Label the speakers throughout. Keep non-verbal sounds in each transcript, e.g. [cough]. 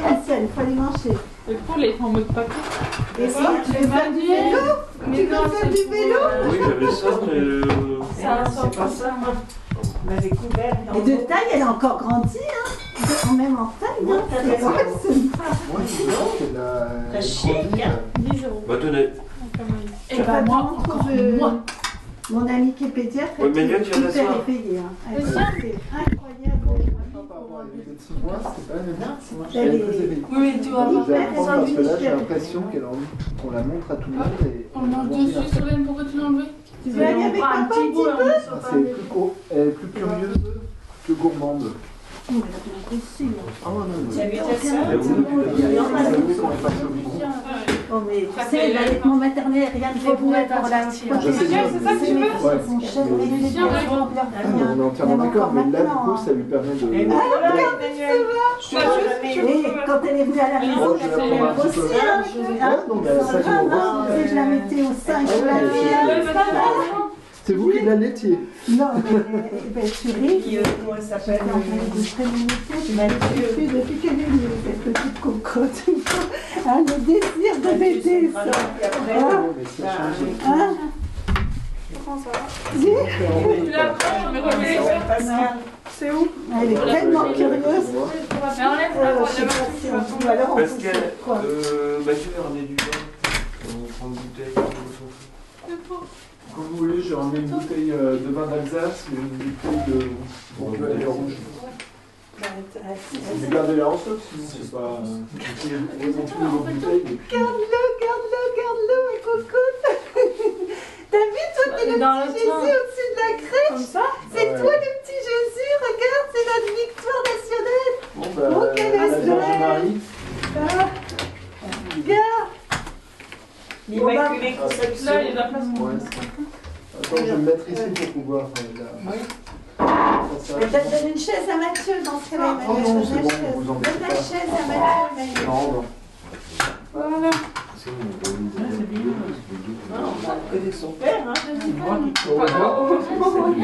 Speaker 1: Hein démancher.
Speaker 2: Et pour les en mode papier
Speaker 1: Et si tu veux faire du vélo Tu veux faire du vélo
Speaker 3: Oui, j'avais ça, mais. euh,
Speaker 2: Ça
Speaker 4: Ah,
Speaker 2: sort
Speaker 4: c'est pas
Speaker 2: pas.
Speaker 4: ça, moi. On m'avait couvert.
Speaker 1: Et de taille, elle a encore grandi, hein De- Même en taille, hein
Speaker 4: t'as
Speaker 1: C'est
Speaker 4: raison.
Speaker 1: vrai, c'est-
Speaker 5: Moi, je pense qu'elle a- elle
Speaker 4: Très
Speaker 5: a
Speaker 4: chic,
Speaker 5: grandi,
Speaker 4: hein.
Speaker 5: euh,
Speaker 2: 10 euros.
Speaker 3: Bah, tenez.
Speaker 2: Et bah, moi,
Speaker 1: vraiment,
Speaker 2: encore
Speaker 1: trouve, euh,
Speaker 2: moi.
Speaker 1: Mon ami qui est pédiatre,
Speaker 3: Ouais, mais
Speaker 1: elle
Speaker 3: viens,
Speaker 1: est
Speaker 3: tu vas
Speaker 1: hyper
Speaker 3: t'asseoir.
Speaker 1: éveillée. hein. Elle- Ah,
Speaker 2: Mais
Speaker 1: C'est
Speaker 2: viens.
Speaker 1: incroyable.
Speaker 5: Par rapport à elle était de six mois, c'était pas la même chose.
Speaker 4: Non, c'est moi.
Speaker 5: Elle est
Speaker 1: Elle
Speaker 5: plus
Speaker 1: est-
Speaker 5: éveillée.
Speaker 2: Oui, mais tu vas voir.
Speaker 5: Je vais apprendre parce que là, j'ai
Speaker 1: Elle est-
Speaker 5: l'impression qu'elle a envie qu'on la montre à tout le monde. et-
Speaker 2: On le mange
Speaker 5: et-
Speaker 2: dessus, Solène, pourquoi tu l'as enlevé
Speaker 1: Tu veux aller avec papa un petit peu
Speaker 2: hein,
Speaker 5: Ah, C'est plus court- elle est plus curieuse que gourmande.
Speaker 1: Non, Oh, mais hein. là, tu m'as conçu, là.
Speaker 5: Ah ouais, non, non.
Speaker 4: Tu avais
Speaker 1: Aucun-
Speaker 4: ça
Speaker 3: Elle est où,
Speaker 1: aucun-
Speaker 3: depuis
Speaker 5: Il y a- il y a-
Speaker 1: Non, mais-
Speaker 5: oui, on est passé au micro.
Speaker 1: hein.
Speaker 2: Ah,
Speaker 1: Oh, mais tu sais, l'allaitement maternel, rien ne fait pour elle, pour la
Speaker 5: Je sais bien.
Speaker 2: C'est ça que tu veux
Speaker 5: Ouais.
Speaker 1: Son chef, il est
Speaker 2: chiens,
Speaker 1: bien.
Speaker 5: Ah, mais On est entièrement
Speaker 1: Même
Speaker 5: d'accord,
Speaker 1: encore
Speaker 5: mais là, du
Speaker 1: maintenant,
Speaker 5: coup, ça lui permet
Speaker 4: Et non,
Speaker 5: de. Ah,
Speaker 4: là,
Speaker 5: Ouais.
Speaker 4: Emmanuel,
Speaker 2: Bah,
Speaker 4: je te vois
Speaker 2: juste,
Speaker 4: jamais.
Speaker 2: tu
Speaker 1: Et quand elle est venue à la
Speaker 2: Mais
Speaker 1: maison,
Speaker 5: Moi, je vais apprendre un petit peu.
Speaker 1: aussi, hein, hein,
Speaker 5: non, mais ça, je
Speaker 1: grave,
Speaker 5: vois.
Speaker 1: hein, tu sais, je la mettais au 5, je la
Speaker 5: Ouais,
Speaker 1: mets,
Speaker 2: Ouais, bah,
Speaker 5: C'est vous qui l'allaitiez.
Speaker 1: Non, mais eh ben, tu
Speaker 4: Qui,
Speaker 1: ris.
Speaker 4: euh, comment elle s'appelle
Speaker 1: J'étais en train de
Speaker 4: euh,
Speaker 1: très mon métier, je m'en suis depuis qu'elle est venue, cette petite cocotte. [laughs] Hein, le désir de baiser,
Speaker 4: Ah
Speaker 1: ça.
Speaker 4: non, puis après,
Speaker 1: Hein
Speaker 5: Non, mais ça
Speaker 4: bah,
Speaker 5: change.
Speaker 1: Hein Si
Speaker 2: tu l'as
Speaker 4: Ah.
Speaker 2: après, mais remets les
Speaker 4: on
Speaker 2: faire.
Speaker 4: passe rien.
Speaker 2: C'est où
Speaker 1: Elle est tellement curieuse.
Speaker 2: Mais enlève
Speaker 1: Euh,
Speaker 2: la
Speaker 1: je sais pas si on
Speaker 2: voix,
Speaker 1: dit, ou alors on
Speaker 3: Parce
Speaker 1: pousse,
Speaker 3: qu'elle.
Speaker 1: Oh, quoi.
Speaker 3: Euh, Mathieu a ramené du vin. On prend une bouteille. on s'en fout.
Speaker 5: Quand vous voulez, j'ai ramené une bouteille euh, de vin d'Alsace et une bouteille de. Bon, tu vas aller rouge. Vous gardez la enceinte, sinon c'est pas. euh, Vous pouvez retrouver vos bouteilles. et puis-
Speaker 1: Regarde-le, regarde-le, regarde-le, ma cocotte. [laughs] T'as vu, toi, t'es le
Speaker 2: Dans
Speaker 1: petit
Speaker 2: le
Speaker 1: Jésus
Speaker 2: train.
Speaker 1: au-dessus de la crèche
Speaker 2: Comme ça
Speaker 1: C'est
Speaker 5: Ouais.
Speaker 1: toi, le petit Jésus, regarde, c'est notre victoire nationale.
Speaker 5: Bon, bah,
Speaker 1: Oh, quelle
Speaker 5: la Vierge
Speaker 1: espérance.
Speaker 5: Marie.
Speaker 1: Ah, regarde.
Speaker 4: L'Immaculée Conception.
Speaker 2: Là, il y a de la place. pour
Speaker 5: Ouais,
Speaker 2: moi.
Speaker 5: c'est- Attends, je vais me mettre ici pour pouvoir. euh, la- Ça, ça-
Speaker 1: Mais peut-être donne une chaise à Mathieu dans ce cas-là.
Speaker 5: Oh non,
Speaker 1: Emmanuel,
Speaker 5: c'est
Speaker 1: donne
Speaker 5: bon,
Speaker 1: la chaise.
Speaker 5: vous en faites
Speaker 1: Donne la
Speaker 5: pas.
Speaker 1: chaise à Mathieu, Emmanuel.
Speaker 5: Non, non.
Speaker 2: Voilà.
Speaker 3: C'est bon, on prend une bouteille.
Speaker 4: Non, on parle que de son père, hein.
Speaker 5: Au
Speaker 3: Oh,
Speaker 5: revoir.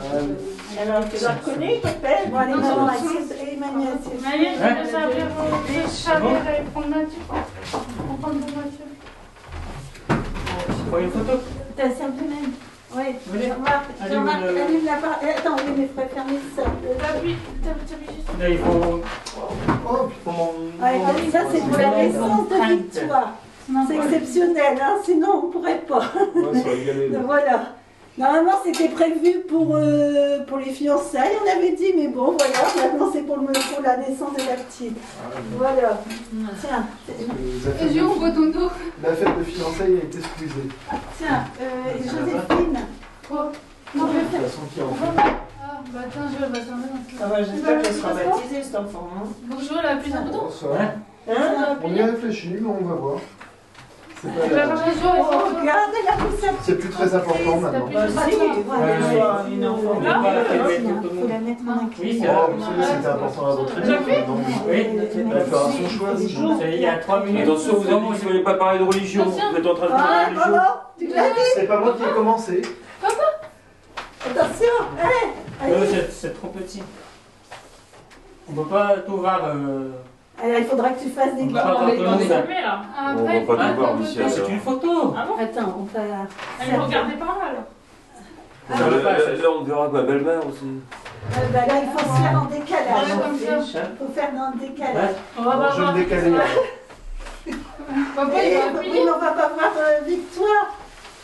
Speaker 5: Euh,
Speaker 4: Alors, tu l'as reconnu, ton père
Speaker 1: Bon, allez,
Speaker 2: Non,
Speaker 1: maman,
Speaker 2: non,
Speaker 1: assise. Et Emmanuel, assise.
Speaker 2: Maëlle, je vais servir, je vais servir, j'allais prendre Mathieu. On prend pour Mathieu.
Speaker 1: T'as un peu même. Oui, Jean-Marc, Jean-Marc, allume
Speaker 5: euh,
Speaker 1: la part. Eh, Attends, oui, mais faut fermer ça. euh.
Speaker 2: T'appuies, t'appuies, t'appuies juste.
Speaker 5: Oh, puis pour mon.
Speaker 1: Ouais, allez, ça, c'est pour la naissance de victoire. C'est exceptionnel, hein, sinon on ne pourrait pas.
Speaker 3: oh.
Speaker 5: Ouais, ça va y aller, là.
Speaker 1: Ben Voilà. Normalement, c'était prévu pour, euh, pour les fiançailles, on avait dit, mais bon, voilà, maintenant c'est pour, le, pour la naissance de la petite. Voilà. Tiens,
Speaker 5: La fête
Speaker 2: on voit ton dos.
Speaker 5: de- La fête de fiançailles a été squeezée.
Speaker 1: tiens, euh, Joséphine.
Speaker 2: Quoi
Speaker 1: Non, mais
Speaker 5: Ça sent qu'il y a en
Speaker 2: Ah, bah attends, je vais la servir.
Speaker 4: Ah ouais, J'espère qu'elle sera baptisée, cet enfant. hein.
Speaker 2: Donc je la plus importante.
Speaker 5: Oh, ça va.
Speaker 4: Hein
Speaker 5: On y a réfléchi, mais on va voir. C'est pas
Speaker 2: Tu vas
Speaker 5: la-
Speaker 2: marcher sur
Speaker 1: Oh,
Speaker 2: les enfants.
Speaker 1: regarde, elle a poussé un
Speaker 5: C'est plus très
Speaker 1: Oh,
Speaker 5: important maintenant.
Speaker 2: T'appuies
Speaker 4: Bah,
Speaker 2: juste
Speaker 4: si,
Speaker 2: sur
Speaker 4: tu vois,
Speaker 1: Ouais.
Speaker 4: qu'elle soit une enfant.
Speaker 2: Là,
Speaker 4: de
Speaker 6: voilà,
Speaker 4: Dieu, hein.
Speaker 6: ouais.
Speaker 1: Il faut la mettre en inclus.
Speaker 6: Oui,
Speaker 5: Oh,
Speaker 6: c'est la-
Speaker 5: absolument, c'était important à votre
Speaker 2: J'ai fait
Speaker 5: époque. donc,
Speaker 6: Oui,
Speaker 5: Elle fera son choix. sinon.
Speaker 6: ça y est, il y a 3 minutes.
Speaker 3: Attention, vous avez dit que vous n'allez pas parler de religion. Vous êtes en train de
Speaker 1: Ah,
Speaker 3: parler de
Speaker 1: non,
Speaker 3: religion.
Speaker 1: non, tu l'as dit,
Speaker 5: C'est pas moi qui ai commencé.
Speaker 1: attention, allez,
Speaker 6: Euh,
Speaker 1: allez.
Speaker 6: c'est- C'est trop petit. On peut pas tout voir. euh,
Speaker 1: Alors, il faudra que tu fasses des
Speaker 6: On va voir tout le
Speaker 2: On est
Speaker 6: monde.
Speaker 2: filmé là.
Speaker 3: On
Speaker 1: bah,
Speaker 3: va pas tout voir d'ici à
Speaker 6: C'est une photo.
Speaker 2: Ah bon
Speaker 1: Attends, on va.
Speaker 2: Elle me regardait par là alors.
Speaker 3: Là, Euh, là, là, on verra ma belle-mère aussi.
Speaker 1: Euh, bah là, il faut se faire en décalage.
Speaker 2: Ouais, comme ça.
Speaker 1: Il faut faire en décalage.
Speaker 6: Ouais.
Speaker 2: On va
Speaker 5: Alors,
Speaker 2: pas
Speaker 5: Je vais
Speaker 2: voir.
Speaker 5: me décaler. alors.
Speaker 2: Papa,
Speaker 1: Et,
Speaker 2: il
Speaker 1: oui,
Speaker 2: va appuyer.
Speaker 1: mais on va pas voir euh, Victoire.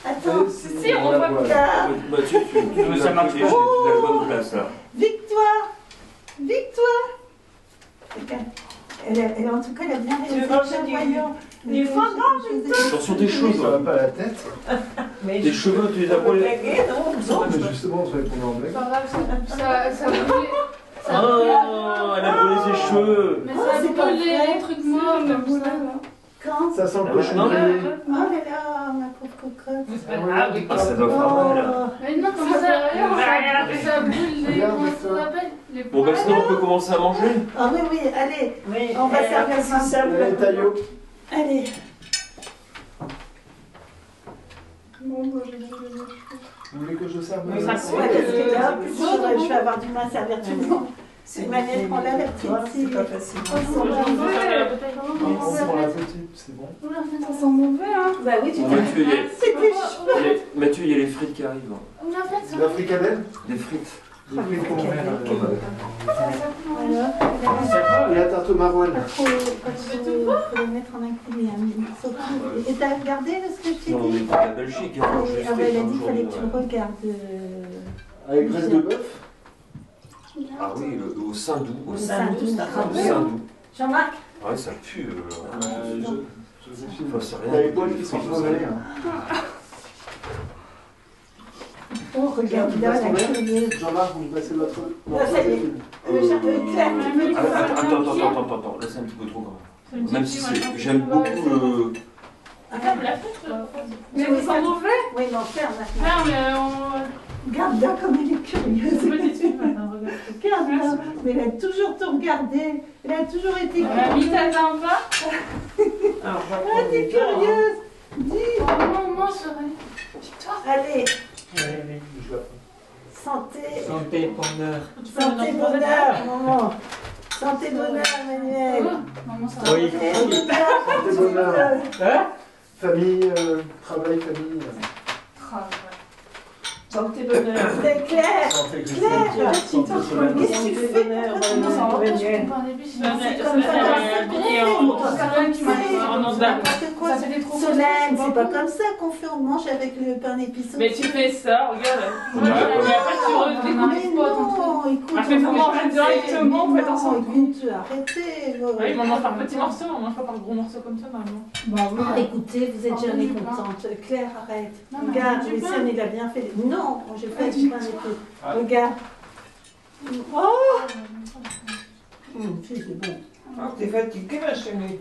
Speaker 1: Attends,
Speaker 5: Et
Speaker 2: Si,
Speaker 5: c'est-
Speaker 2: si, on
Speaker 5: la
Speaker 2: voit.
Speaker 5: voilà.
Speaker 1: là,
Speaker 3: Mathieu, bah, tu, tu
Speaker 6: Non, mais ça
Speaker 3: l'as
Speaker 6: marche
Speaker 3: fait, tu- tu l'as la bonne place là.
Speaker 1: Victoire, Victoire. Regarde. Elle, a- elle, en tout cas, elle a bien
Speaker 4: Tu veux
Speaker 1: réussi.
Speaker 4: manger du lion
Speaker 1: Mais
Speaker 4: Du foie gras,
Speaker 3: Attention tes cheveux.
Speaker 5: Ça va
Speaker 3: toi.
Speaker 5: euh, pas la tête.
Speaker 4: Mais
Speaker 3: Tes
Speaker 4: je
Speaker 3: cheveux, tu les as
Speaker 4: peux
Speaker 3: pas
Speaker 4: me
Speaker 3: les.
Speaker 4: blaguer, non
Speaker 5: Ah,
Speaker 4: Non,
Speaker 5: mais justement, on se répondait en blague.
Speaker 2: Pas grave, ça- ça ça va brûler.
Speaker 3: Oh.
Speaker 2: Ça va brûler.
Speaker 3: Ah, elle a brûlé ses cheveux.
Speaker 2: Mais
Speaker 1: Oh,
Speaker 2: ça
Speaker 1: c'est pas
Speaker 2: brûle les
Speaker 1: vrai.
Speaker 2: les trucs morts comme ça. là.
Speaker 1: Quand
Speaker 5: Ça sent le
Speaker 3: Ah,
Speaker 5: cochon.
Speaker 3: non,
Speaker 5: grillé.
Speaker 2: euh,
Speaker 1: Oh là là, ma pauvre cocotte.
Speaker 2: C'est pas grave.
Speaker 3: Ah, ça doit faire mal.
Speaker 1: Oh.
Speaker 2: Mais non, comme ça, ça- ça brûle les.
Speaker 5: Regarde,
Speaker 2: Comment ça
Speaker 5: ça.
Speaker 2: s'appelle Les
Speaker 3: Bon, bah sinon, on peut commencer à manger.
Speaker 1: Ah oui, oui, allez,
Speaker 4: Oui,
Speaker 1: On va
Speaker 4: elle a
Speaker 1: servir
Speaker 4: pris
Speaker 1: ça.
Speaker 4: ça.
Speaker 5: Allez, Taillot.
Speaker 1: allez.
Speaker 2: Bon, bah, j'ai brûlé les cheveux.
Speaker 5: Vous voulez que je serve
Speaker 4: Oui, ça, c'est-
Speaker 1: Ouais, parce que là,
Speaker 2: Euh,
Speaker 1: plus sûr, je vais avoir du mal à servir tout le monde. C'est une manière de prendre la
Speaker 4: Tu vois, c'est
Speaker 1: petite.
Speaker 4: pas facile.
Speaker 5: Ah, On prend la petite, c'est bon.
Speaker 2: On s'en mauvais, hein.
Speaker 1: Bah oui, tu t'es.
Speaker 2: Mathieu,
Speaker 3: Mathieu, il y a-
Speaker 1: C'était chaud.
Speaker 3: il y a- Mathieu, il y a les frites qui arrivent. hein.
Speaker 2: On a fait
Speaker 5: La fricadelle
Speaker 3: Des frites.
Speaker 5: Les frites qu'on met, là.
Speaker 2: ça, ça prend.
Speaker 5: Et la tarte au maroilles.
Speaker 1: Faut, faut, faut le mettre en un coup, mais un morceau. Et t'as regardé là, ce que je t'ai
Speaker 3: Non, on est
Speaker 1: dit
Speaker 3: pas de la Belgique. Hein,
Speaker 1: Ah,
Speaker 3: je
Speaker 1: bah, Elle a dit qu'il fallait
Speaker 3: aujourd'hui.
Speaker 1: que tu
Speaker 3: ouais.
Speaker 1: regardes. euh,
Speaker 5: Avec graisse de bœuf
Speaker 3: Ah oui, le- au Saint-Doux.
Speaker 1: le
Speaker 3: Au
Speaker 1: Saint-Doux, ça rappelle.
Speaker 3: Saint-Doux.
Speaker 1: Jean-Marc
Speaker 3: Ah ouais, ça pue. euh,
Speaker 1: Ah
Speaker 5: Euh,
Speaker 3: euh,
Speaker 5: je- Joséphine.
Speaker 3: Enfin, c'est rien.
Speaker 5: T'as les poils qui sont revolés. hein.
Speaker 1: Oh, regarde là, la cuillère.
Speaker 5: Jean-Marc, vous me passez votre. non,
Speaker 1: Ah, ça y est.
Speaker 5: Joséphine.
Speaker 1: Le château Claire, tu peux lui
Speaker 3: Euh, Ah,
Speaker 1: faire
Speaker 3: Attends, attends,
Speaker 1: un
Speaker 3: attends, attends, attends, là c'est un petit peu trop quand même. Même si c'est- j'aime
Speaker 2: Ouais,
Speaker 3: beaucoup
Speaker 7: hein.
Speaker 3: le.
Speaker 1: Ah,
Speaker 2: Mais vous sont mauvais
Speaker 1: Oui, mais enfer
Speaker 2: Non,
Speaker 1: maintenant.
Speaker 2: mais on...
Speaker 1: Regarde là comme elle est curieuse.
Speaker 2: C'est petit dessus, maintenant, regarde.
Speaker 1: Regarde là. Mais elle a toujours tout regardé. Elle a toujours été
Speaker 2: La
Speaker 1: curieuse.
Speaker 2: bite, elle va en bas.
Speaker 4: Alors, on
Speaker 1: Ah,
Speaker 4: va prendre
Speaker 1: t'es
Speaker 4: du temps, hein.
Speaker 1: curieuse. Dis.
Speaker 2: Au moment, je serai... Victoire.
Speaker 1: Allez,
Speaker 4: Ouais, mais
Speaker 5: Je la-
Speaker 1: santé.
Speaker 6: Santé, bonheur.
Speaker 1: Santé, bonheur, maman. Santé, bonheur, Emmanuel.
Speaker 2: Maman, Oh, ça va.
Speaker 6: Oui.
Speaker 1: Santé, bonheur.
Speaker 5: Santé, bonheur.
Speaker 6: Hein
Speaker 5: Famille, euh, travail, famille.
Speaker 2: Ah,
Speaker 4: Santé, bonheur.
Speaker 1: C'est clair.
Speaker 5: Santé,
Speaker 1: Claire,
Speaker 5: Santé, soleil.
Speaker 1: Qu'est-ce que tu
Speaker 4: Santé,
Speaker 1: fais
Speaker 4: bonheur,
Speaker 1: Pourquoi tu
Speaker 2: ouais.
Speaker 1: nous
Speaker 2: On s'en
Speaker 1: en
Speaker 2: rend compte, je
Speaker 4: Emmanuel.
Speaker 2: comprends au début, sinon c'est-
Speaker 1: C'est comme ça
Speaker 2: c'est- C'est
Speaker 1: qu'on fait qu'on fait.
Speaker 2: Karen qui m'a dit,
Speaker 1: C'est
Speaker 2: on en va.
Speaker 1: n'importe quoi.
Speaker 2: Ça fait des trous.
Speaker 1: Solène, c'est pas comme ça qu'on fait, on mange avec le pain d'épiceau.
Speaker 7: Mais tu fais ça, regarde.
Speaker 3: On
Speaker 7: On
Speaker 3: dirait pas.
Speaker 7: dirait pas que tu
Speaker 1: Oh, Mais
Speaker 7: redécouvres.
Speaker 2: hein.
Speaker 1: non, écoute,
Speaker 7: Ah, mais
Speaker 1: on
Speaker 7: faut
Speaker 1: mange
Speaker 7: manger
Speaker 1: avec-
Speaker 7: directement,
Speaker 1: mais
Speaker 7: faut être
Speaker 1: non,
Speaker 7: ensemble.
Speaker 1: Écoute, arrêtez. euh,
Speaker 7: Oui, mais on mange par petits morceaux, on mange pas par gros morceaux comme ça, maman.
Speaker 2: Bah oui.
Speaker 1: Écoutez, vous êtes
Speaker 2: Entendu,
Speaker 1: jamais
Speaker 2: hein.
Speaker 1: contente. Claire, arrête.
Speaker 2: Non, mais
Speaker 1: Regarde,
Speaker 2: du pain.
Speaker 1: Lucienne, il a bien fait. des- Non, j'ai
Speaker 2: Ah,
Speaker 1: fait
Speaker 2: du
Speaker 1: du pain
Speaker 2: pain.
Speaker 1: d'épiceau. Regarde. Oh Hum, si, c'est bon.
Speaker 4: Ah, T'es fatiguée, ma chérie.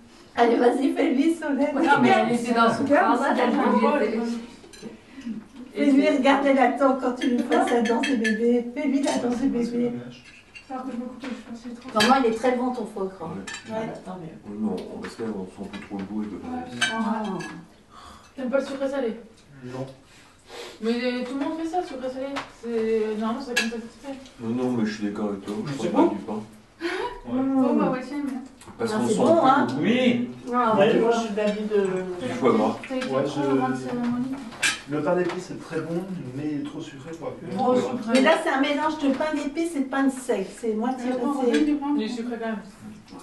Speaker 1: Allez, vas-y, fais-lui, Solène
Speaker 7: Non, mais elle était dans son
Speaker 1: Regarde,
Speaker 7: corps,
Speaker 1: ça,
Speaker 7: elle
Speaker 1: t'as
Speaker 7: voulait.
Speaker 1: Fais-lui, regarde, elle attend quand tu lui fasses la danse des bébés. Fais-lui la danse des bébés.
Speaker 2: Alors que je me coupe les cheveux, c'est trop.
Speaker 1: Vraiment, il est très bon, ton foie gras. bah,
Speaker 4: Ah, Tant mieux.
Speaker 3: Non, on parce qu'on sent plus trop le goût et de
Speaker 1: Ah.
Speaker 7: T'aimes pas le sucré salé
Speaker 5: Non.
Speaker 7: Mais euh, tout le monde fait ça, sucré salé. C'est- Normalement, c'est comme ça que tu fais.
Speaker 3: Non, non, mais je suis d'accord avec toi, je
Speaker 6: C'est
Speaker 3: prends
Speaker 6: bon.
Speaker 3: pas du pain.
Speaker 2: Bon, bah, ouais, tiens, mais-
Speaker 3: Parce
Speaker 1: Ah,
Speaker 3: qu'on
Speaker 1: c'est
Speaker 3: sent
Speaker 1: bon, hein.
Speaker 3: plus le goût
Speaker 6: Oui.
Speaker 1: Ah,
Speaker 4: Ouais, Moi, je suis d'avis de.
Speaker 3: du foie gras.
Speaker 2: T'as été
Speaker 5: Ouais,
Speaker 2: trop
Speaker 5: je-
Speaker 2: avant de cérémonie.
Speaker 5: Le pain d'épices est très bon, mais trop sucré pour appeler.
Speaker 4: Trop sucré.
Speaker 1: Mais là, c'est un mélange de pain d'épices et de pain de sec. C'est moitié.
Speaker 2: Tu prends
Speaker 1: c'est-
Speaker 2: du pain.
Speaker 7: Du sucré quand même.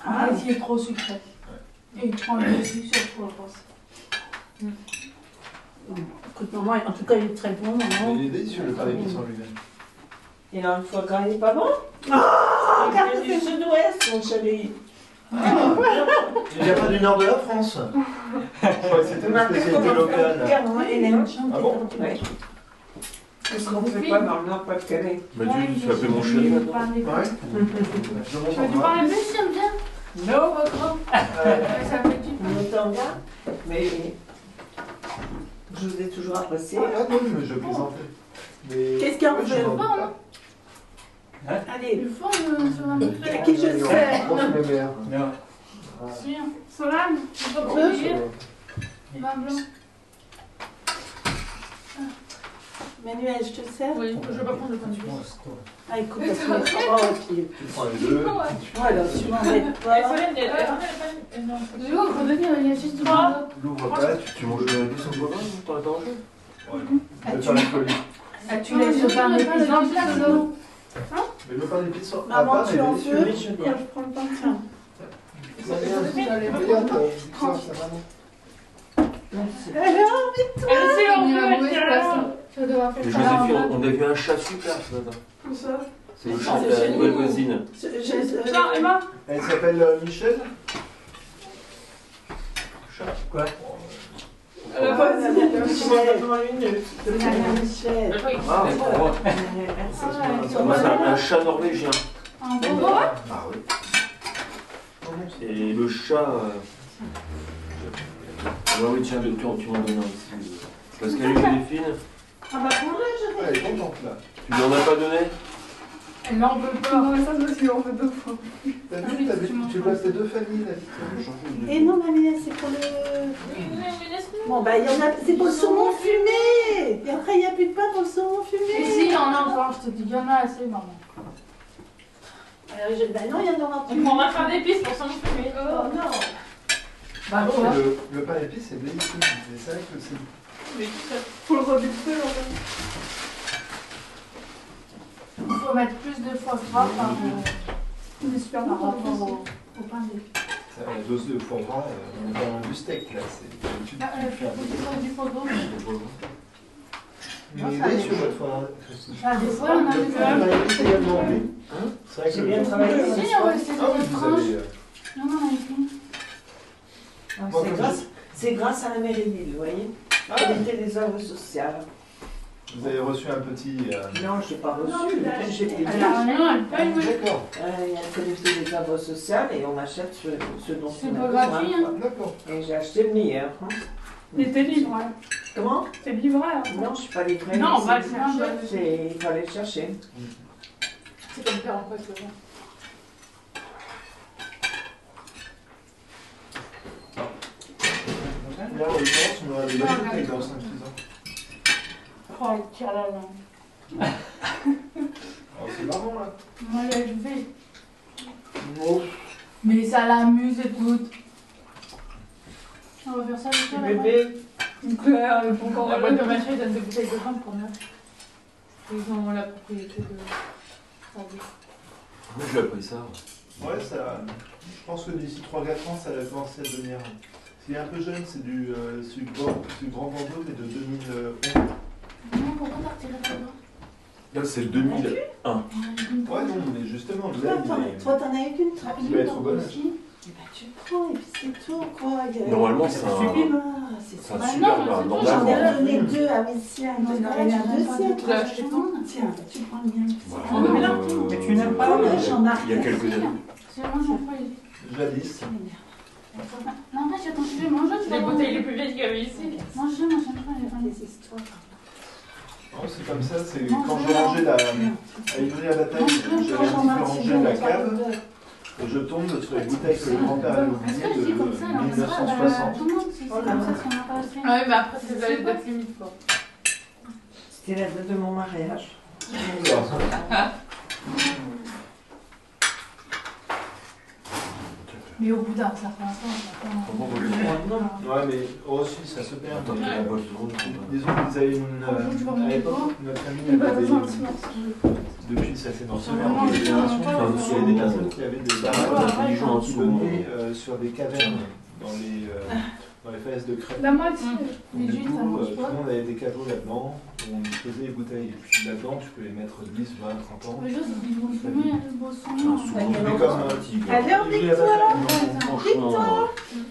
Speaker 1: Ah,
Speaker 4: Ah, il est trop sucré.
Speaker 2: Et il prend le dessus sur toi, je pense.
Speaker 1: écoute, maman, en tout cas, il est très bon, maman.
Speaker 5: Il est délicieux le pain d'épices en lui-même.
Speaker 4: Et là, le foie gras, il est pas bon
Speaker 1: Ah,
Speaker 4: Il
Speaker 1: regarde,
Speaker 4: vient du sud-ouest, mon chéri.
Speaker 5: Il vient pas du nord de la France. [laughs] Je crois que c'était une spécialité locale.
Speaker 4: Regarde, moi,
Speaker 1: elle a
Speaker 4: hein, Hélène.
Speaker 1: une chambre
Speaker 5: Ah bon
Speaker 1: qui est dans le-
Speaker 4: Ouais. Qu'est-ce qu'on fait pas dans le Nord-Pas-de-Calais
Speaker 3: Mathieu, tu l'appelles mon chéri maintenant.
Speaker 5: Ouais. Je
Speaker 2: Tu veux du
Speaker 5: m'entends
Speaker 2: pain à si j'aime bien.
Speaker 4: Non,
Speaker 2: Au gras.
Speaker 5: pas.
Speaker 2: Ouais, Ça fait du
Speaker 4: on entend bien, Mmh. mais je vous ai toujours apprécié.
Speaker 5: Ah non, mais je plaisantais. Mais-
Speaker 1: Qu'est-ce qu'il y a en
Speaker 5: Ouais, je
Speaker 1: fait
Speaker 5: m'en-
Speaker 2: pain, non
Speaker 4: Allez,
Speaker 2: Du fond, euh, sur un truc.
Speaker 1: Qui je sais
Speaker 5: On se met vert.
Speaker 6: Non.
Speaker 2: Si, hein. Solane, tu peux
Speaker 1: Deux.
Speaker 2: prier Vin blanc.
Speaker 1: Manuel, je te sers
Speaker 7: Oui, je vais pas prendre le pain du tout.
Speaker 1: Ah, écoute, parce que- oh, et puis...
Speaker 5: Tu prends les deux.
Speaker 1: Voilà, tu m'embêtes
Speaker 7: Bah, Elle
Speaker 1: pas.
Speaker 7: Solène, elle elle- elle- elle- non.
Speaker 2: Je vais vous revenir, oh, il y a juste du vin.
Speaker 5: L'ouvre pas, tu, tu manges le deux sans boire, t'aurais pas mangé Ouais. Le pain de folie.
Speaker 2: Ah, tu
Speaker 7: Non,
Speaker 2: laisses le
Speaker 7: je
Speaker 2: pain
Speaker 7: veux
Speaker 2: de
Speaker 7: pas le
Speaker 2: pizza,
Speaker 7: pizza,
Speaker 2: je
Speaker 7: non.
Speaker 2: veux.
Speaker 5: Mais le pain d'épices sans
Speaker 1: Maman,
Speaker 5: à part,
Speaker 1: tu
Speaker 5: il est
Speaker 1: en
Speaker 5: délicieux.
Speaker 1: veux Tiens, je prends le pain, tiens.
Speaker 5: Regarde, euh, ça, ça va, non
Speaker 1: Alors
Speaker 7: Elle sait, on
Speaker 2: Il y a un
Speaker 7: veut,
Speaker 2: mauvais
Speaker 7: elle-
Speaker 2: poisson. Tu vas devoir
Speaker 3: Mais
Speaker 2: faire ça.
Speaker 3: Joséphine, on- on a vu un chat super ce matin.
Speaker 7: Où ça
Speaker 3: C'est le
Speaker 1: Ah,
Speaker 3: chat de
Speaker 1: c'est
Speaker 3: la
Speaker 1: chez
Speaker 3: nouvelle
Speaker 1: nous.
Speaker 3: voisine.
Speaker 1: je, je- je-
Speaker 7: Tiens, Emma
Speaker 5: Elle s'appelle euh, Michel
Speaker 6: Quoi
Speaker 7: Euh,
Speaker 4: Ah,
Speaker 7: vas-y.
Speaker 4: la dernière fois, une,
Speaker 1: je-
Speaker 4: euh,
Speaker 1: Madame Michel.
Speaker 7: Je crois qu'il-
Speaker 5: Ah, bon.
Speaker 2: Ah, ouais,
Speaker 5: Ça se
Speaker 2: tu
Speaker 5: voit.
Speaker 3: Moi, c'est
Speaker 2: vois.
Speaker 3: un, un chat norvégien.
Speaker 2: Un bon
Speaker 3: Ah oui.
Speaker 5: Oh, non, ça
Speaker 8: Et le chat. euh, Ah bah oui, tiens, tu, tu m'en donnes un aussi. Parce qu'elle est fine.
Speaker 1: Ah bah pour là,
Speaker 5: Elle est contente là.
Speaker 8: Tu lui en as pas donné
Speaker 2: Elle n'en veut pas.
Speaker 7: Non, mais ça, parce qu'il en fait deux fois.
Speaker 5: T'as
Speaker 7: Ah
Speaker 5: vu,
Speaker 7: oui,
Speaker 5: t'as
Speaker 7: tu
Speaker 5: vu,
Speaker 7: m'en
Speaker 5: tu
Speaker 7: parles.
Speaker 5: passes tes deux familles là.
Speaker 1: je... Et non, Mamie, c'est pour le...
Speaker 2: Oui, mais, mais laisse-moi.
Speaker 1: Bon, bah, il y en a... C'est pour le saumon fumé Et après, il n'y a plus de pain pour le saumon fumé
Speaker 2: Et si, il y en a encore, je te dis, il y en a assez, maman.
Speaker 1: Euh, je- Bah non, il y en aura plus.
Speaker 2: On va faire des pistes pour s'en occuper.
Speaker 1: Oh non
Speaker 2: Bah, bon, là.
Speaker 5: Le, le pain épice c'est délicieux. Mais C'est vrai que c'est
Speaker 4: Faut le rebiffer, en fait.
Speaker 2: Il faut mettre plus de foie gras par, euh,
Speaker 4: Mais super
Speaker 2: par
Speaker 4: marrant.
Speaker 2: rapport au, au pain de
Speaker 5: c'est la dose de foie gras. euh, On est dans du steak là. C'est tu- tu
Speaker 2: Ah, euh,
Speaker 5: fais un peu de-
Speaker 2: faut du foie gras.
Speaker 5: Une
Speaker 4: Moi, ça
Speaker 5: idée
Speaker 4: allait.
Speaker 5: sur votre foie gras
Speaker 2: Ah, des fois, on a des
Speaker 5: Le pain épice également, oui. Hein C'est vrai que
Speaker 6: J'ai
Speaker 5: le-
Speaker 6: bien travaillé.
Speaker 2: Si, on va essayer de
Speaker 5: Ah oui,
Speaker 2: faire
Speaker 5: vous
Speaker 2: tranche.
Speaker 5: avez. euh,
Speaker 2: Non, non, on a une.
Speaker 4: Ah,
Speaker 5: Moi,
Speaker 4: c'est
Speaker 5: comme
Speaker 4: grâce- C'est grâce, à la mairie de Lille, vous voyez
Speaker 1: Ah.
Speaker 4: Elle était des œuvres sociales.
Speaker 5: Vous avez reçu un petit. euh,
Speaker 4: Non, je n'ai pas
Speaker 1: Non,
Speaker 4: reçu.
Speaker 1: tu l'as
Speaker 4: J'ai
Speaker 1: acheté.
Speaker 4: payé.
Speaker 2: Elle a rien, Ah, elle paye, oui.
Speaker 5: D'accord,
Speaker 4: Euh, Il y a le comité des œuvres sociales et on achète ce, ce dont
Speaker 2: C'est
Speaker 4: on a
Speaker 2: pas
Speaker 4: besoin.
Speaker 2: gratuit, hein.
Speaker 5: d'accord.
Speaker 4: Et j'ai acheté le meilleur. hein.
Speaker 7: Mais t'es livreur.
Speaker 4: Comment
Speaker 7: T'es
Speaker 2: hein.
Speaker 7: livreur.
Speaker 4: Non, je ne suis pas livrée.
Speaker 2: Non, on
Speaker 4: mais
Speaker 2: va
Speaker 4: c'est-
Speaker 2: le chercher.
Speaker 4: c'est- Il faut aller le chercher.
Speaker 2: C'est comme faire en quoi, c'est bon.
Speaker 5: Là, en l'occurrence, on aurait des bonnes bouteilles dans 5-6 ans.
Speaker 7: Oh, le tire la langue.
Speaker 5: Alors, c'est marrant là.
Speaker 2: Moi, là, je vais.
Speaker 5: Oh,
Speaker 2: Mais ça l'amuse, écoute. On va faire ça avec toi, après.
Speaker 4: Bébé,
Speaker 7: Donc, là, le bon
Speaker 2: Quand
Speaker 7: corps
Speaker 2: la boîte de machin donne des bouteilles de vin pour moi. Ils ont la propriété de.
Speaker 8: Moi, j'ai appris ça.
Speaker 5: ouais, ça. Je pense que d'ici 3-4 ans, ça va commencer à devenir. S'il est un peu jeune, c'est du, euh, c'est du, grand- c'est du Grand Bordeaux, mais de 2011.
Speaker 2: Non, pourquoi t'as retiré ton bras
Speaker 8: Là, c'est 2000.
Speaker 5: Ouais, non, mais justement,
Speaker 1: Toi,
Speaker 5: là,
Speaker 1: t'en-
Speaker 5: il est.
Speaker 1: toi, t'en as eu qu'une
Speaker 5: Il va
Speaker 1: trappée
Speaker 5: être au bon
Speaker 1: aussi. Eh ben, tu prends et puis c'est tout, quoi. Il y a-
Speaker 8: Normalement, c'est
Speaker 1: Ah,
Speaker 8: un.
Speaker 1: c'est
Speaker 8: C'est un
Speaker 1: ça.
Speaker 2: Ah
Speaker 8: super
Speaker 2: non,
Speaker 8: bar.
Speaker 2: c'est
Speaker 1: J'en ai
Speaker 8: Normalement.
Speaker 1: donné deux à mes siens.
Speaker 2: Non,
Speaker 1: Voilà,
Speaker 2: mais
Speaker 1: j'ai
Speaker 2: elle a
Speaker 1: deux
Speaker 2: pas
Speaker 1: siens.
Speaker 2: de
Speaker 1: toi,
Speaker 2: lâche,
Speaker 1: je
Speaker 2: c'est
Speaker 1: te
Speaker 2: bon.
Speaker 1: demande. Tiens, tu prends le mien.
Speaker 8: Bah,
Speaker 2: Ah, mais là,
Speaker 8: euh,
Speaker 6: mais tu n'aimes pas
Speaker 1: Prends le
Speaker 6: mais
Speaker 1: Jean-Marc.
Speaker 8: Il y a quelques années.
Speaker 2: C'est moi, j'en fais.
Speaker 5: Jadis.
Speaker 7: Non, mais j'attends, tu veux manger, tu
Speaker 2: Les
Speaker 7: vas
Speaker 2: bouteilles les
Speaker 7: manger.
Speaker 2: plus vieilles qu'il y avait ici.
Speaker 7: Manger, moi, j'aime pas les vins.
Speaker 1: Les histoires.
Speaker 5: Non, c'est comme ça, c'est
Speaker 7: Non,
Speaker 5: quand
Speaker 7: je
Speaker 5: je
Speaker 7: vais
Speaker 5: rangeais la. À une la bataille, j'avais un petit peu rangé la cave, et je tombe sur les bouteilles que le grand-père avait
Speaker 7: Est-ce que
Speaker 5: oubliées
Speaker 7: je dis comme
Speaker 5: de
Speaker 7: ça Alors, on sera, bah,
Speaker 5: 1960.
Speaker 7: tout le monde, c'est c'est comme ça qu'on n'a pas fait.
Speaker 2: Ah oui, mais après, c'est la date limite, quoi.
Speaker 4: c'était la date de mon mariage.
Speaker 2: Mais au bout d'un certain temps, ça fait
Speaker 8: Comment vous le faites
Speaker 2: un-
Speaker 5: Ouais, mais aussi, ça se perd.
Speaker 8: Attends, la boîte de rond, je comprends
Speaker 5: Disons que vous avez une. euh, à l'époque, notre famille avait des. Depuis, ça s'est morcelaire en deux générations.
Speaker 8: pas.
Speaker 5: Il y avait des personnes qui avaient des
Speaker 8: Ah,
Speaker 5: baraques
Speaker 8: ouais,
Speaker 5: qui
Speaker 8: ouais.
Speaker 5: donnaient euh, sur des cavernes dans les, euh, dans les falaises de crêpes.
Speaker 7: La moitié.
Speaker 2: Mais
Speaker 5: Du
Speaker 2: juste, ça
Speaker 5: coup, euh,
Speaker 2: mange
Speaker 5: tout
Speaker 2: pas.
Speaker 5: le monde avait des cadeaux là-dedans, on faisait les bouteilles. Et puis là-dedans, tu peux les mettre 10, 20, 30 ans.
Speaker 7: Mais juste, ils vont fumer, ils vont
Speaker 8: Un
Speaker 7: fumer.
Speaker 8: souvent
Speaker 5: Mais
Speaker 8: plus
Speaker 5: comme,
Speaker 8: sympathique.
Speaker 1: Allez, on
Speaker 5: Et puis,
Speaker 1: dicte, alors.
Speaker 8: Franchement,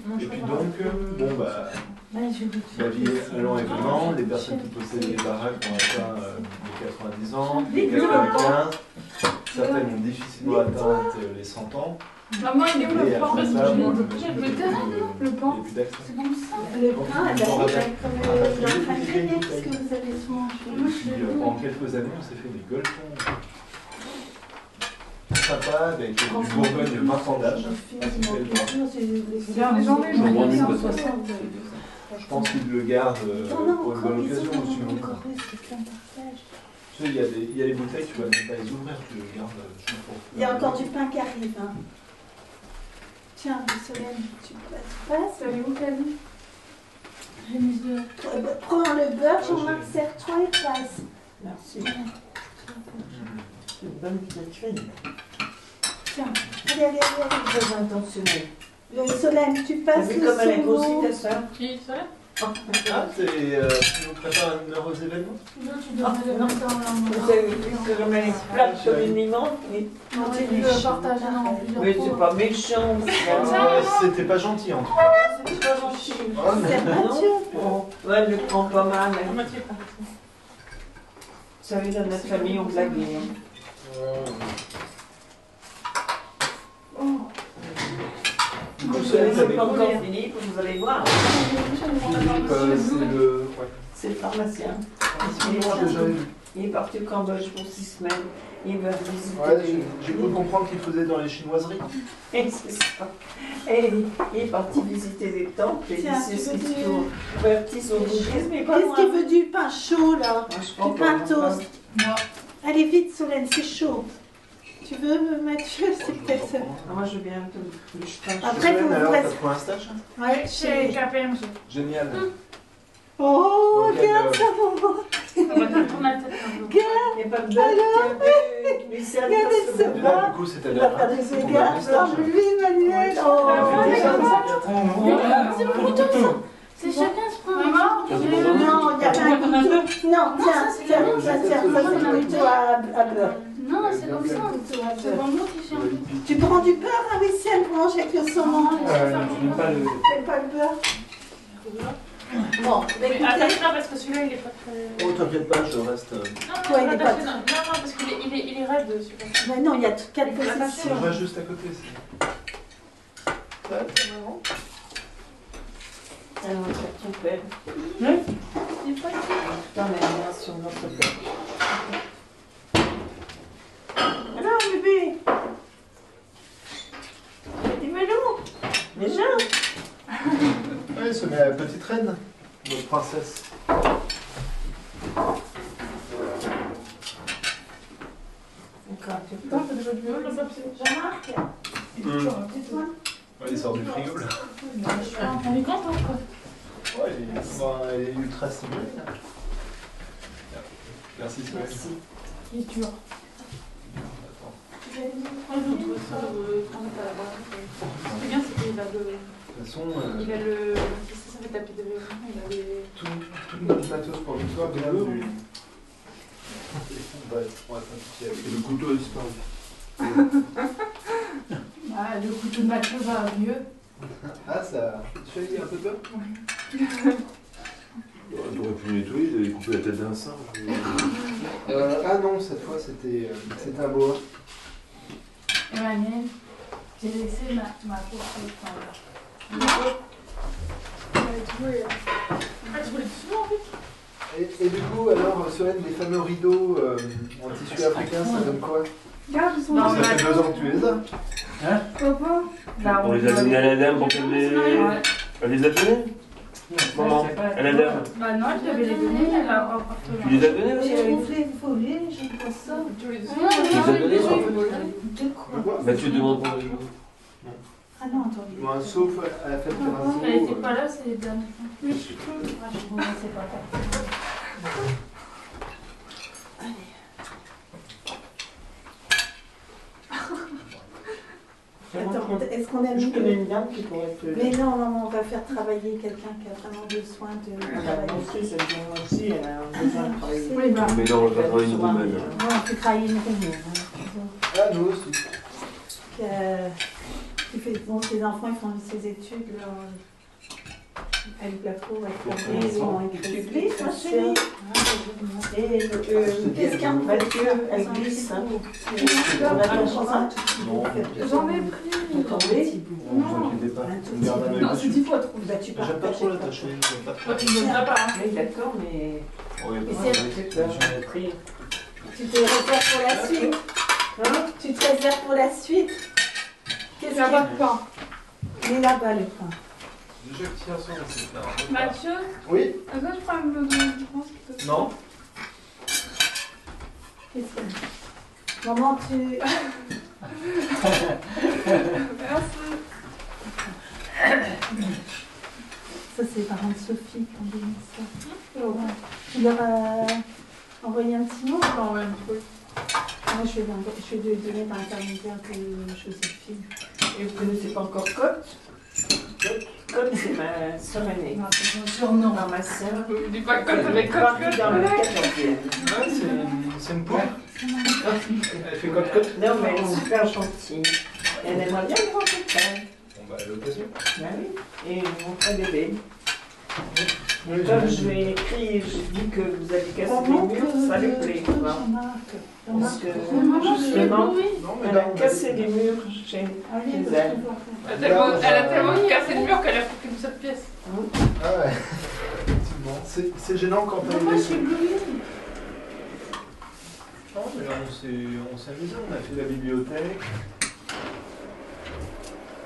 Speaker 2: Non,
Speaker 5: Et
Speaker 2: je
Speaker 5: puis
Speaker 2: peux pas.
Speaker 5: donc, euh, bon bah,
Speaker 2: Là, je vais te
Speaker 5: la vie allant et venant, les personnes qui possédaient les baraques ont atteint euh, les 90 ans, les 95, certaines ont difficilement atteint euh, les 100 ans,
Speaker 2: Bah,
Speaker 7: Maman, il
Speaker 5: et
Speaker 7: est où le
Speaker 5: après ça, bon,
Speaker 7: pain
Speaker 5: j'imagine que
Speaker 7: Mais
Speaker 5: le-
Speaker 7: t'as
Speaker 1: hein,
Speaker 7: raison, le pain.
Speaker 5: il n'y a plus d'accès.
Speaker 7: C'est comme ça.
Speaker 1: Le pain, elle a comme euh, dans le pain grillé, parce que vous avez souvent
Speaker 5: Et
Speaker 1: fait.
Speaker 5: puis euh, en quelques années, on s'est fait des gueuletons sympas avec du euh, Bourgogne de 20 ans d'âge.
Speaker 1: Les
Speaker 7: gens,
Speaker 8: je vois mieux que ça.
Speaker 5: Je pense qu'ils le gardent euh,
Speaker 1: Non, non,
Speaker 5: pour une bonne
Speaker 1: encore, ils
Speaker 5: occasion.
Speaker 1: ont
Speaker 5: sinon-
Speaker 1: encore resté plein de partage.
Speaker 5: Tu sais, il y, a des- il y a les bouteilles, tu vas même pas les ouvrir, tu les gardes. euh, je sais pas.
Speaker 1: Il y a encore du pain qui arrive. hein. Tiens, Solène, tu passes,
Speaker 7: Ça allait où, Camille
Speaker 2: J'ai mis de-
Speaker 1: tu passes. Euh, Prends le beurre,
Speaker 5: Ah,
Speaker 1: Jean-Marc, serre-toi et passe.
Speaker 4: Merci.
Speaker 5: Mhm.
Speaker 4: C'est une bonne petite fille.
Speaker 1: Allez, allez, allez.
Speaker 4: Très intentionnée.
Speaker 1: Euh, Solène, tu
Speaker 4: T'as
Speaker 1: passes
Speaker 4: vu
Speaker 1: le
Speaker 4: comme elle est
Speaker 1: saumon.
Speaker 4: grosse, ta soeur
Speaker 2: Qui, ça
Speaker 5: Ah, c'est. Euh, tu nous prépares un heureux événement
Speaker 2: Là, tu dois mettre dans
Speaker 4: Ah, Vous avez vu comme elle est plate comme une limande mais-
Speaker 2: Non, tu Ah, le partages en plusieurs
Speaker 4: Mais
Speaker 2: pots.
Speaker 4: c'est pas méchant.
Speaker 1: Ah,
Speaker 4: ça.
Speaker 5: Ouais, C'était pas gentil en tout cas.
Speaker 2: C'est pas gentil.
Speaker 5: Ah, mais-
Speaker 1: Serre Mathieu.
Speaker 4: Bon, Oh, elle le prend pas mal.
Speaker 2: Ah,
Speaker 4: hein.
Speaker 2: Mathieu, prends ça.
Speaker 4: Vous savez, dans notre famille, on blaguait. hein.
Speaker 5: Oh. Ouais, ouais.
Speaker 7: Oh.
Speaker 5: tout
Speaker 4: Vous
Speaker 5: seul,
Speaker 4: connaissez
Speaker 5: t'as
Speaker 1: Oh,
Speaker 4: pas
Speaker 5: découvert.
Speaker 4: encore Philippe, vous allez voir.
Speaker 5: Philippe, euh, c'est le. Ouais.
Speaker 4: C'est le pharmacien.
Speaker 5: Excuse-moi, j'ai jamais vu.
Speaker 4: Il est parti au Cambodge pour six semaines. Il va visiter.
Speaker 5: Ouais, j'ai- j'ai cru comprendre qu'il faisait dans les chinoiseries.
Speaker 1: Ah,
Speaker 4: Et [laughs] c'est ça. Et il est parti visiter des temples. Et
Speaker 1: Tiens,
Speaker 4: c'est
Speaker 1: tu
Speaker 4: ce
Speaker 1: veux
Speaker 4: qu'ils
Speaker 1: du-
Speaker 4: sont convertis au bouddhisme. mais pas
Speaker 1: Qu'est-ce
Speaker 4: moi.
Speaker 1: qu'il veut du pain chaud là
Speaker 4: Moi, je
Speaker 1: Du
Speaker 5: Oh,
Speaker 4: prends
Speaker 1: pain
Speaker 4: pas.
Speaker 1: toast.
Speaker 7: Moi,
Speaker 1: Allez vite Solène, c'est chaud. Tu veux Mathieu, c'est peut-être ça.
Speaker 4: Ah, Moi, je veux bien un peu de pain.
Speaker 1: Après, vous
Speaker 5: Solène, alors,
Speaker 1: vous
Speaker 5: t'as
Speaker 1: restez.
Speaker 5: trouvé un stage hein
Speaker 1: Ouais,
Speaker 2: Chez
Speaker 1: chez-
Speaker 2: KPMG.
Speaker 5: Génial.
Speaker 1: Oh,
Speaker 5: Ok,
Speaker 1: regarde
Speaker 5: euh,
Speaker 1: ça, maman.
Speaker 2: [laughs] On va te tourner la tête.
Speaker 4: Il n'y a pas de [laughs] bol. Lui, c'est un
Speaker 1: Regardez
Speaker 4: peu-
Speaker 1: ça.
Speaker 5: Et là, du coup, c'était
Speaker 1: Il
Speaker 5: la.
Speaker 1: va faire des
Speaker 5: On
Speaker 1: égards.
Speaker 5: a des stages.
Speaker 1: Non, mais lui, Manuel. Oh,
Speaker 2: Ah, mais
Speaker 1: regarde.
Speaker 7: voilà.
Speaker 2: C'est pour tout ça. C'est chacun se prend
Speaker 7: Maman,
Speaker 2: un
Speaker 1: Non, il n'y a pas un couteau. Non,
Speaker 2: Non,
Speaker 1: tiens,
Speaker 2: ça, c'est
Speaker 1: tiens,
Speaker 2: le
Speaker 5: même.
Speaker 1: tiens, tiens, ça c'est
Speaker 2: Ça,
Speaker 1: le couteau à, à beurre.
Speaker 2: Non, c'est comme ça. C'est vraiment qui fait un peu.
Speaker 1: Tu prends du beurre à vaisselle blanche avec le saumon.
Speaker 2: Non, mais
Speaker 6: Euh,
Speaker 2: ça,
Speaker 6: je n'aime pas le.
Speaker 1: C'est pas le beurre. Bon, mais
Speaker 2: Mais
Speaker 1: écoutez,
Speaker 2: attache-la parce que celui-là il est pas très.
Speaker 5: Oh, t'inquiète pas, je reste. euh,
Speaker 2: Non,
Speaker 1: Ouais,
Speaker 2: non,
Speaker 1: il est
Speaker 2: non,
Speaker 1: pas
Speaker 2: attache-le, non, non, non, parce qu'il est, il est, il est raide celui-là.
Speaker 1: mais non, il y a toutes quatre
Speaker 2: Il va
Speaker 5: Je
Speaker 1: positions.
Speaker 2: passer.
Speaker 5: reste juste à côté. c'est-
Speaker 4: Alors, ton père.
Speaker 2: Il est pas très-
Speaker 4: Putain, mais rien sur notre père.
Speaker 1: Alors, bébé Il me loue
Speaker 4: Déjà
Speaker 5: Ouais, se met à la petite reine, notre princesse.
Speaker 4: Encore, tu peux.
Speaker 7: putain, t'as déjà du haut là-bas, parce que-
Speaker 2: Jean-Marc,
Speaker 5: Ouais, il sort du frigo là.
Speaker 7: Je suis pas en train
Speaker 2: Ah, on
Speaker 7: de-
Speaker 2: est content quoi.
Speaker 5: Ouais, elle est- enfin, elle est ultra stimulée. là. Merci, Solène.
Speaker 4: Merci.
Speaker 7: Il est dur.
Speaker 5: Attends.
Speaker 2: Moi je trouve ça de prendre ta là-bas. Ce qui est bien, c'est qu'il a le.
Speaker 5: De toute façon, euh,
Speaker 2: Il a le. Qu'est-ce que ça fait tapis de vélo Il a les.
Speaker 5: tout, tout notre matos pour le soir vient du. On va on va simplifier avec
Speaker 3: Le couteau a disparu.
Speaker 7: Ah, le couteau de Mathieu va mieux.
Speaker 5: Ah, ça. Tu as eu un peu peur
Speaker 3: Bah, T'aurais pu nettoyer, j'avais coupé la tête d'un singe.
Speaker 5: euh, Ah non, cette fois c'était euh, c'était un boa.
Speaker 7: Et ma mienne, j'ai laissé ma, ma peau sur le temps, là.
Speaker 2: En fait, je voulais tout souvent en fait.
Speaker 5: Et, et du coup, alors, euh, Solène, les fameux rideaux euh, en tissu africain, ça donne quoi
Speaker 9: Regarde, ils sont
Speaker 2: Non,
Speaker 9: dans
Speaker 5: Ça fait deux ans que tu les as.
Speaker 9: copain.
Speaker 8: On les a donnés à la dame pour qu'elle les...
Speaker 7: Ouais.
Speaker 8: Elle les a donnés Maman, elle a l'air.
Speaker 7: Bah non, je devais les donner, elle a un appartement.
Speaker 8: Tu les as donnés aussi
Speaker 9: J'ai gonflé une folie, je crois ça.
Speaker 2: Je voulais tout
Speaker 9: Ouais,
Speaker 2: souvent.
Speaker 9: ouais,
Speaker 8: Tu les as donnés
Speaker 5: ouais.
Speaker 9: De quoi
Speaker 8: Bah tu demandes pour les
Speaker 9: Ah non, attendez.
Speaker 5: Bon, un sauf à la fête Terrazzo.
Speaker 2: Ah, Elle était
Speaker 5: euh,
Speaker 2: pas là, c'est les dames.
Speaker 9: Ah, je ne sais pas.
Speaker 1: Attends, est-ce qu'on a
Speaker 4: Je
Speaker 1: mis
Speaker 4: connais
Speaker 1: de...
Speaker 4: une dame qui pourrait te.
Speaker 1: Mais non, maman, on va faire travailler quelqu'un qui a vraiment besoin de
Speaker 4: Ah bah,
Speaker 1: travailler.
Speaker 4: moi aussi, cette dame aussi, elle a besoin de travailler.
Speaker 7: Oui, bah.
Speaker 8: Mais non, on va travailler une hein.
Speaker 4: Souvent,
Speaker 8: même.
Speaker 4: euh,
Speaker 1: Moi, on fait travailler une réunion. hein.
Speaker 5: Ah, nous aussi.
Speaker 1: Donc, euh, tu fais- bon, tes enfants, ils font ses études, là. euh, Avec la peau, avec la ils ont
Speaker 4: Tu
Speaker 1: écrit
Speaker 4: glisses,
Speaker 1: ça,
Speaker 4: ma
Speaker 1: c'est-
Speaker 4: chérie.
Speaker 1: Et euh, qu'est-ce qu'un
Speaker 4: Mathieu, elle
Speaker 1: s'en
Speaker 4: glisse, hein.
Speaker 1: Tu vas dans un tout petit bout,
Speaker 5: Non.
Speaker 1: faire plaisir.
Speaker 7: J'en ai pris.
Speaker 1: T'en veux
Speaker 5: On ne t'inquiète pas.
Speaker 1: Un tout
Speaker 5: On
Speaker 1: petit
Speaker 5: garde un
Speaker 1: peu.
Speaker 5: œil
Speaker 7: Non, c'est
Speaker 5: dessus.
Speaker 7: dix fois trop.
Speaker 1: Bah, tu pars.
Speaker 5: J'aime pas trop l'attacher, j'aime pas trop.
Speaker 7: Toi, tu ne donneras pas. hein.
Speaker 4: Oui, d'accord, mais.
Speaker 5: Ouais, bah,
Speaker 1: c'est-
Speaker 5: ouais,
Speaker 4: Tu
Speaker 5: c'est
Speaker 4: peux
Speaker 5: sûr.
Speaker 4: prier.
Speaker 1: Tu te réserves pour la suite. Hein tu te réserves pour la suite. Qu'est-ce qu'il y
Speaker 7: Il n'y a
Speaker 1: a
Speaker 7: pas de pain.
Speaker 1: Il est là-bas le pain.
Speaker 5: Déjà que hier soir, on s'est fait un repas.
Speaker 2: Mathieu,
Speaker 5: Oui
Speaker 2: est-ce que je prends le je pense que.
Speaker 5: Non
Speaker 1: Qu'est-ce qu'il y a Maman, tu.
Speaker 2: Merci.
Speaker 1: Ça, c'est les parents de Sophie qui ont donné ça. Ouais. Tu leur as envoyé un petit mot
Speaker 7: Enfin, ouais, oui.
Speaker 1: Moi, je vais, l'envo- je vais le donner par l'intermédiaire de Joséphine.
Speaker 4: Et vous connaissez pas encore Cote Cote, c'est ma sœur aînée.
Speaker 7: Non, c'est mon surnom.
Speaker 4: Enfin, ma sœur.
Speaker 2: Je dis pas
Speaker 4: Elle
Speaker 2: comme avec
Speaker 4: est
Speaker 2: quoi
Speaker 4: partie dans le 14e.
Speaker 5: Ouais, c'est une- c'est une poule. Elle fait comme
Speaker 4: Non, mais elle est super gentille. Elle aimerait bien me rencontrer. Ben
Speaker 5: Bon, bah, à l'occasion.
Speaker 4: Bah oui. Et mon frère bébé.
Speaker 6: Oui,
Speaker 4: Comme je vais écrire, je dis que vous avez cassé
Speaker 9: On
Speaker 4: les
Speaker 9: manque
Speaker 4: murs, ça les
Speaker 9: de- de
Speaker 4: plaît. quoi.
Speaker 9: Jean-Marc.
Speaker 4: Parce que
Speaker 7: Mais maman, je suis
Speaker 4: justement,
Speaker 7: éblouie.
Speaker 3: Non, mais
Speaker 4: elle a
Speaker 3: là, on
Speaker 4: cassé les murs chez
Speaker 9: Allez,
Speaker 4: Ils
Speaker 9: je
Speaker 4: aiment.
Speaker 9: te vois.
Speaker 2: Elle a tellement-
Speaker 5: Là, on
Speaker 2: elle a
Speaker 5: va-
Speaker 2: tellement cassé le mur qu'elle a fait qu'une seule pièce.
Speaker 5: Ah ouais. Effectivement. C'est- C'est gênant quand
Speaker 9: Non,
Speaker 5: t'as
Speaker 9: moi,
Speaker 5: les-
Speaker 9: je suis éblouie.
Speaker 5: Non, mais là, on s'est- on s'est amusé, on a fait la bibliothèque,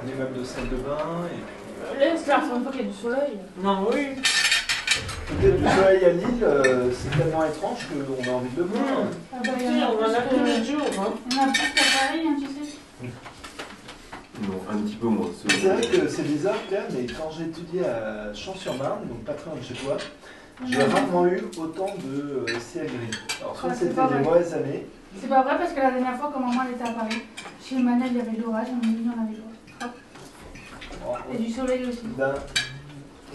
Speaker 5: les meubles de salle de bain, et puis
Speaker 7: Laisse la prochaine fois qu'il y a du soleil.
Speaker 4: Non, oui.
Speaker 5: peut-être du soleil à Lille, euh, c'est tellement étrange qu'on a envie de le voir.
Speaker 7: Ah bah, il
Speaker 4: Si,
Speaker 7: y en a
Speaker 4: on en a
Speaker 7: plus
Speaker 4: tous les
Speaker 7: que-
Speaker 4: jours. Hein.
Speaker 7: il y en a plus qu'à Paris, hein, tu sais.
Speaker 8: Non, un petit peu moins.
Speaker 5: C'est vrai que c'est bizarre, Claire, mais quand j'ai étudié à Champs-sur-Marne, donc pas très loin de chez toi, j'ai rarement eu autant de euh, ciel gris. Alors soit
Speaker 7: Ah, c'est
Speaker 5: c'était
Speaker 7: pas
Speaker 5: des
Speaker 7: vrai.
Speaker 5: mauvaises années,
Speaker 7: C'est pas vrai parce que la dernière fois, quand maman elle était à Paris, chez Manel, il y avait de l'orage, on est on avait de l'orage.
Speaker 5: Bon,
Speaker 7: Et du soleil aussi.
Speaker 5: ben,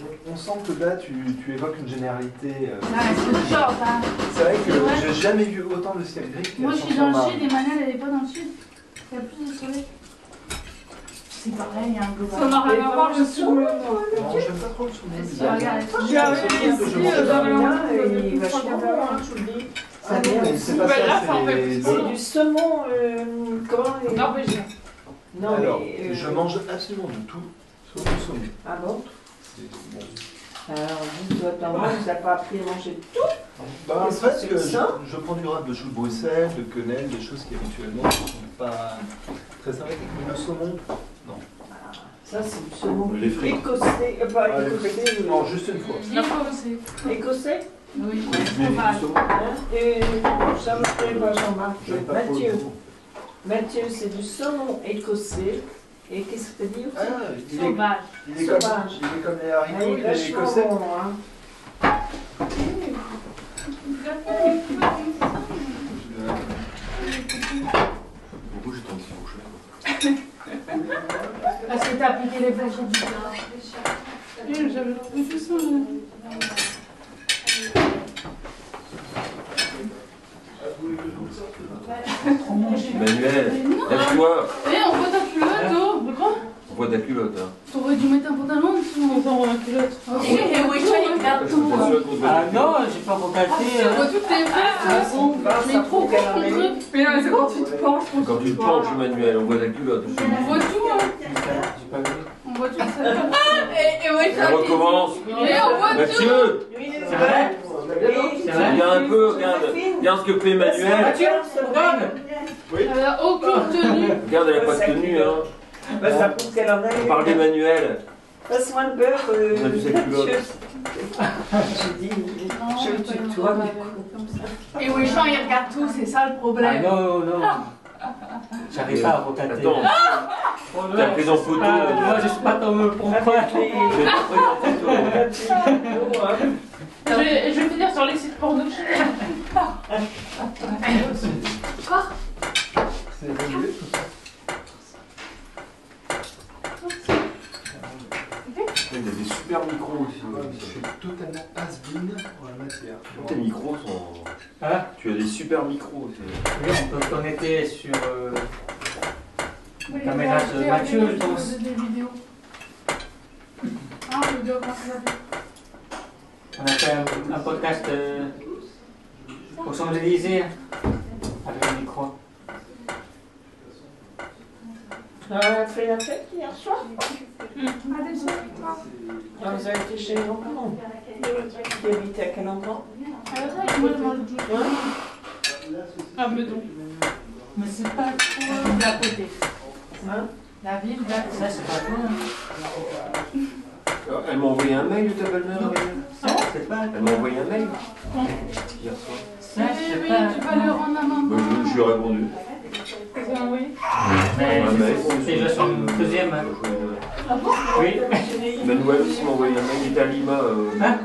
Speaker 5: on- on sent que là tu, tu évoques une généralité. euh,
Speaker 7: Ah, c'est le short, hein.
Speaker 5: c'est vrai
Speaker 7: C'est vrai.
Speaker 5: que j'ai jamais vu autant de ciel gris qu'à
Speaker 7: Moi, je suis dans le
Speaker 5: Champs-sur-Marne.
Speaker 7: sud et Manel, elle est pas dans le sud. Il y a plus de soleil. C'est pareil, hein,
Speaker 2: Ça
Speaker 7: globalement.
Speaker 2: n'a
Speaker 4: Et
Speaker 2: rien à voir,
Speaker 4: moi,
Speaker 2: je
Speaker 4: je
Speaker 2: suis.
Speaker 4: souris.
Speaker 5: Non, j'aime pas trop le souvenir.
Speaker 7: Si, Bah, regarde,
Speaker 5: bizarre.
Speaker 2: Je l'avais
Speaker 5: Je
Speaker 2: ici,
Speaker 5: m'en
Speaker 2: euh, dans
Speaker 5: souviens.
Speaker 2: le-
Speaker 4: Là, il est vachement bon, hein, je vous le dis.
Speaker 5: Ah non, mais c'est pas
Speaker 2: Bah, là,
Speaker 5: ça,
Speaker 2: ça en fait plus
Speaker 5: c'est...
Speaker 2: trop.
Speaker 5: le-
Speaker 4: C'est du saumon, euh, comment les-
Speaker 2: Norvégien.
Speaker 4: Non,
Speaker 5: Alors,
Speaker 4: mais, euh,
Speaker 5: je mange absolument de tout, sauf du saumon.
Speaker 4: Ah bon
Speaker 5: C'est- bon.
Speaker 4: Alors, dis toi, t'en manges, t'as pas appris à manger de tout
Speaker 5: Bah, en
Speaker 4: Qu'est-ce
Speaker 5: fait,
Speaker 4: que c'est
Speaker 5: que
Speaker 4: que
Speaker 5: je,
Speaker 4: ça
Speaker 5: je prends du rap de choux de Bruxelles, de quenelle, des choses qui habituellement ne sont pas très sympathiques. Mais le saumon,
Speaker 4: Ça, c'est du saumon.
Speaker 8: Les frites.
Speaker 4: Écossais, euh,
Speaker 5: Ah,
Speaker 4: pas
Speaker 5: les
Speaker 4: écossais,
Speaker 5: frites,
Speaker 4: mais-
Speaker 5: non, juste une fois.
Speaker 7: Il faut aussi.
Speaker 4: Écossais
Speaker 7: Oui,
Speaker 8: Mais
Speaker 7: c'est
Speaker 8: du
Speaker 7: pas mal.
Speaker 8: saumon.
Speaker 4: hein Et ça, je connais pas Jean-Marc.
Speaker 5: J'aime pas trop le
Speaker 4: Mathieu,
Speaker 5: goût.
Speaker 4: Mathieu, c'est du saumon écossais. Et qu'est-ce que t'as dit
Speaker 5: Ah,
Speaker 4: aussi
Speaker 5: il est,
Speaker 7: Sauvage.
Speaker 5: il est comme,
Speaker 4: Sauvage.
Speaker 5: il est comme les
Speaker 4: Ah,
Speaker 5: haricots,
Speaker 4: Il
Speaker 5: il
Speaker 4: est
Speaker 5: est
Speaker 4: vachement
Speaker 5: écossais.
Speaker 4: bon, hein.
Speaker 8: Pourquoi j'étais en sur
Speaker 7: Parce que t'as appliqué les plages du corps. Eh,
Speaker 2: Oui, j'avais l'impression que ça.
Speaker 8: Manuel, lève-toi
Speaker 7: Eh, on voit ta culotte, oh Mais quoi
Speaker 8: On voit ta culotte. Hein.
Speaker 7: T'aurais dû mettre un pantalon hein. Ah en dessous. On voit la culotte. Eh,
Speaker 2: Oui, et oui, je regarde tout.
Speaker 8: Je suis sûr qu'on doit-
Speaker 6: Ah non, j'ai pas
Speaker 2: Ah,
Speaker 6: recalqué.
Speaker 2: si, on
Speaker 6: hein.
Speaker 2: voit toutes les
Speaker 7: Ah,
Speaker 2: fesses.
Speaker 4: Vincent,
Speaker 2: trop
Speaker 4: faut qu'elle
Speaker 2: con,
Speaker 4: en
Speaker 2: ton
Speaker 4: ait.
Speaker 2: truc. Mais non, mais c'est quand tu te penches, quand
Speaker 8: Quand tu
Speaker 2: te
Speaker 8: te penches, Manuel, on voit ta culotte.
Speaker 2: On voit tout, hein.
Speaker 5: J'ai pas vu.
Speaker 7: On voit tout ça.
Speaker 2: Et, et ouais, ça-
Speaker 8: On recommence.
Speaker 2: Et Eh, on voit tout.
Speaker 8: Mathieu,
Speaker 4: Lui, il est
Speaker 6: C'est vrai
Speaker 4: Et-
Speaker 6: vrai
Speaker 8: regarde un peu, regarde. Regarde ce que fait Manuel.
Speaker 4: Mathieu,
Speaker 6: Regarde.
Speaker 2: Elle a aucune tenue.
Speaker 8: Regarde, elle a pas de tenue. Hein.
Speaker 4: Bah, ça prouve qu'elle en a
Speaker 8: On parle
Speaker 4: eu.
Speaker 8: d'Emmanuel.
Speaker 4: Passe-moi le beurre. euh,
Speaker 8: On a vu sa culotte.
Speaker 4: Mathieu. J'ai dit, je le tue, toi, mais
Speaker 7: Et oui, Jean, il regarde tout, c'est ça le
Speaker 6: Ah
Speaker 7: problème.
Speaker 6: non, non. J'arrive pas à recalquer.
Speaker 8: Attends,
Speaker 6: T'as
Speaker 8: t'as pris en photo. euh.
Speaker 6: Moi, je sais pas t'en me prendre quoi.
Speaker 4: avec les
Speaker 8: Je vais te présenter, toi.
Speaker 4: petits vidéos, hein.
Speaker 7: Je vais, je vais finir sur les sites porno.
Speaker 5: Quoi C'est évolué tout ça.
Speaker 8: Il y a des super micros aussi.
Speaker 5: Je suis totalement has-been en la matière.
Speaker 8: Tes micros sont.
Speaker 6: Hein
Speaker 8: Tu as des super micros aussi.
Speaker 6: Oui, on- on était sur. euh, caméra de Mathieu, je pense.
Speaker 7: Des vidéos. Ah, le gars, comment ça s'appelle
Speaker 6: On a fait un, un podcast euh, aux Champs-Élysées avec un micro.
Speaker 4: Ah, on a fait la fête hier soir.
Speaker 7: Ah, des choses.
Speaker 4: Ah, vous avez été chez les grands-parents. Qui habite à quel endroit
Speaker 7: Elle est avec moi, elle mange du-
Speaker 4: Hein
Speaker 2: Ah, mais donc.
Speaker 7: Mais c'est pas trop de la côté.
Speaker 4: Hein
Speaker 7: La ville, là, ça c'est pas loin.
Speaker 8: Alors, Euh, Elle m'a envoyé un mail de ta belle-mère Emmanuel
Speaker 6: Ça, c'est pas.
Speaker 8: Elle m'a envoyé un mail hier soir.
Speaker 6: Ça,
Speaker 7: Mais
Speaker 6: c'est
Speaker 7: oui,
Speaker 6: pas.
Speaker 7: tu vas le rendre à
Speaker 8: Bah,
Speaker 7: maman.
Speaker 8: je, je lui ai répondu.
Speaker 2: C'est envoyé.
Speaker 6: Mais
Speaker 8: Un mail.
Speaker 6: c'est déjà son deuxième. hein. Oui.
Speaker 8: Manuel aussi m'a envoyé un mail. Il est à Lima. euh,
Speaker 6: Hein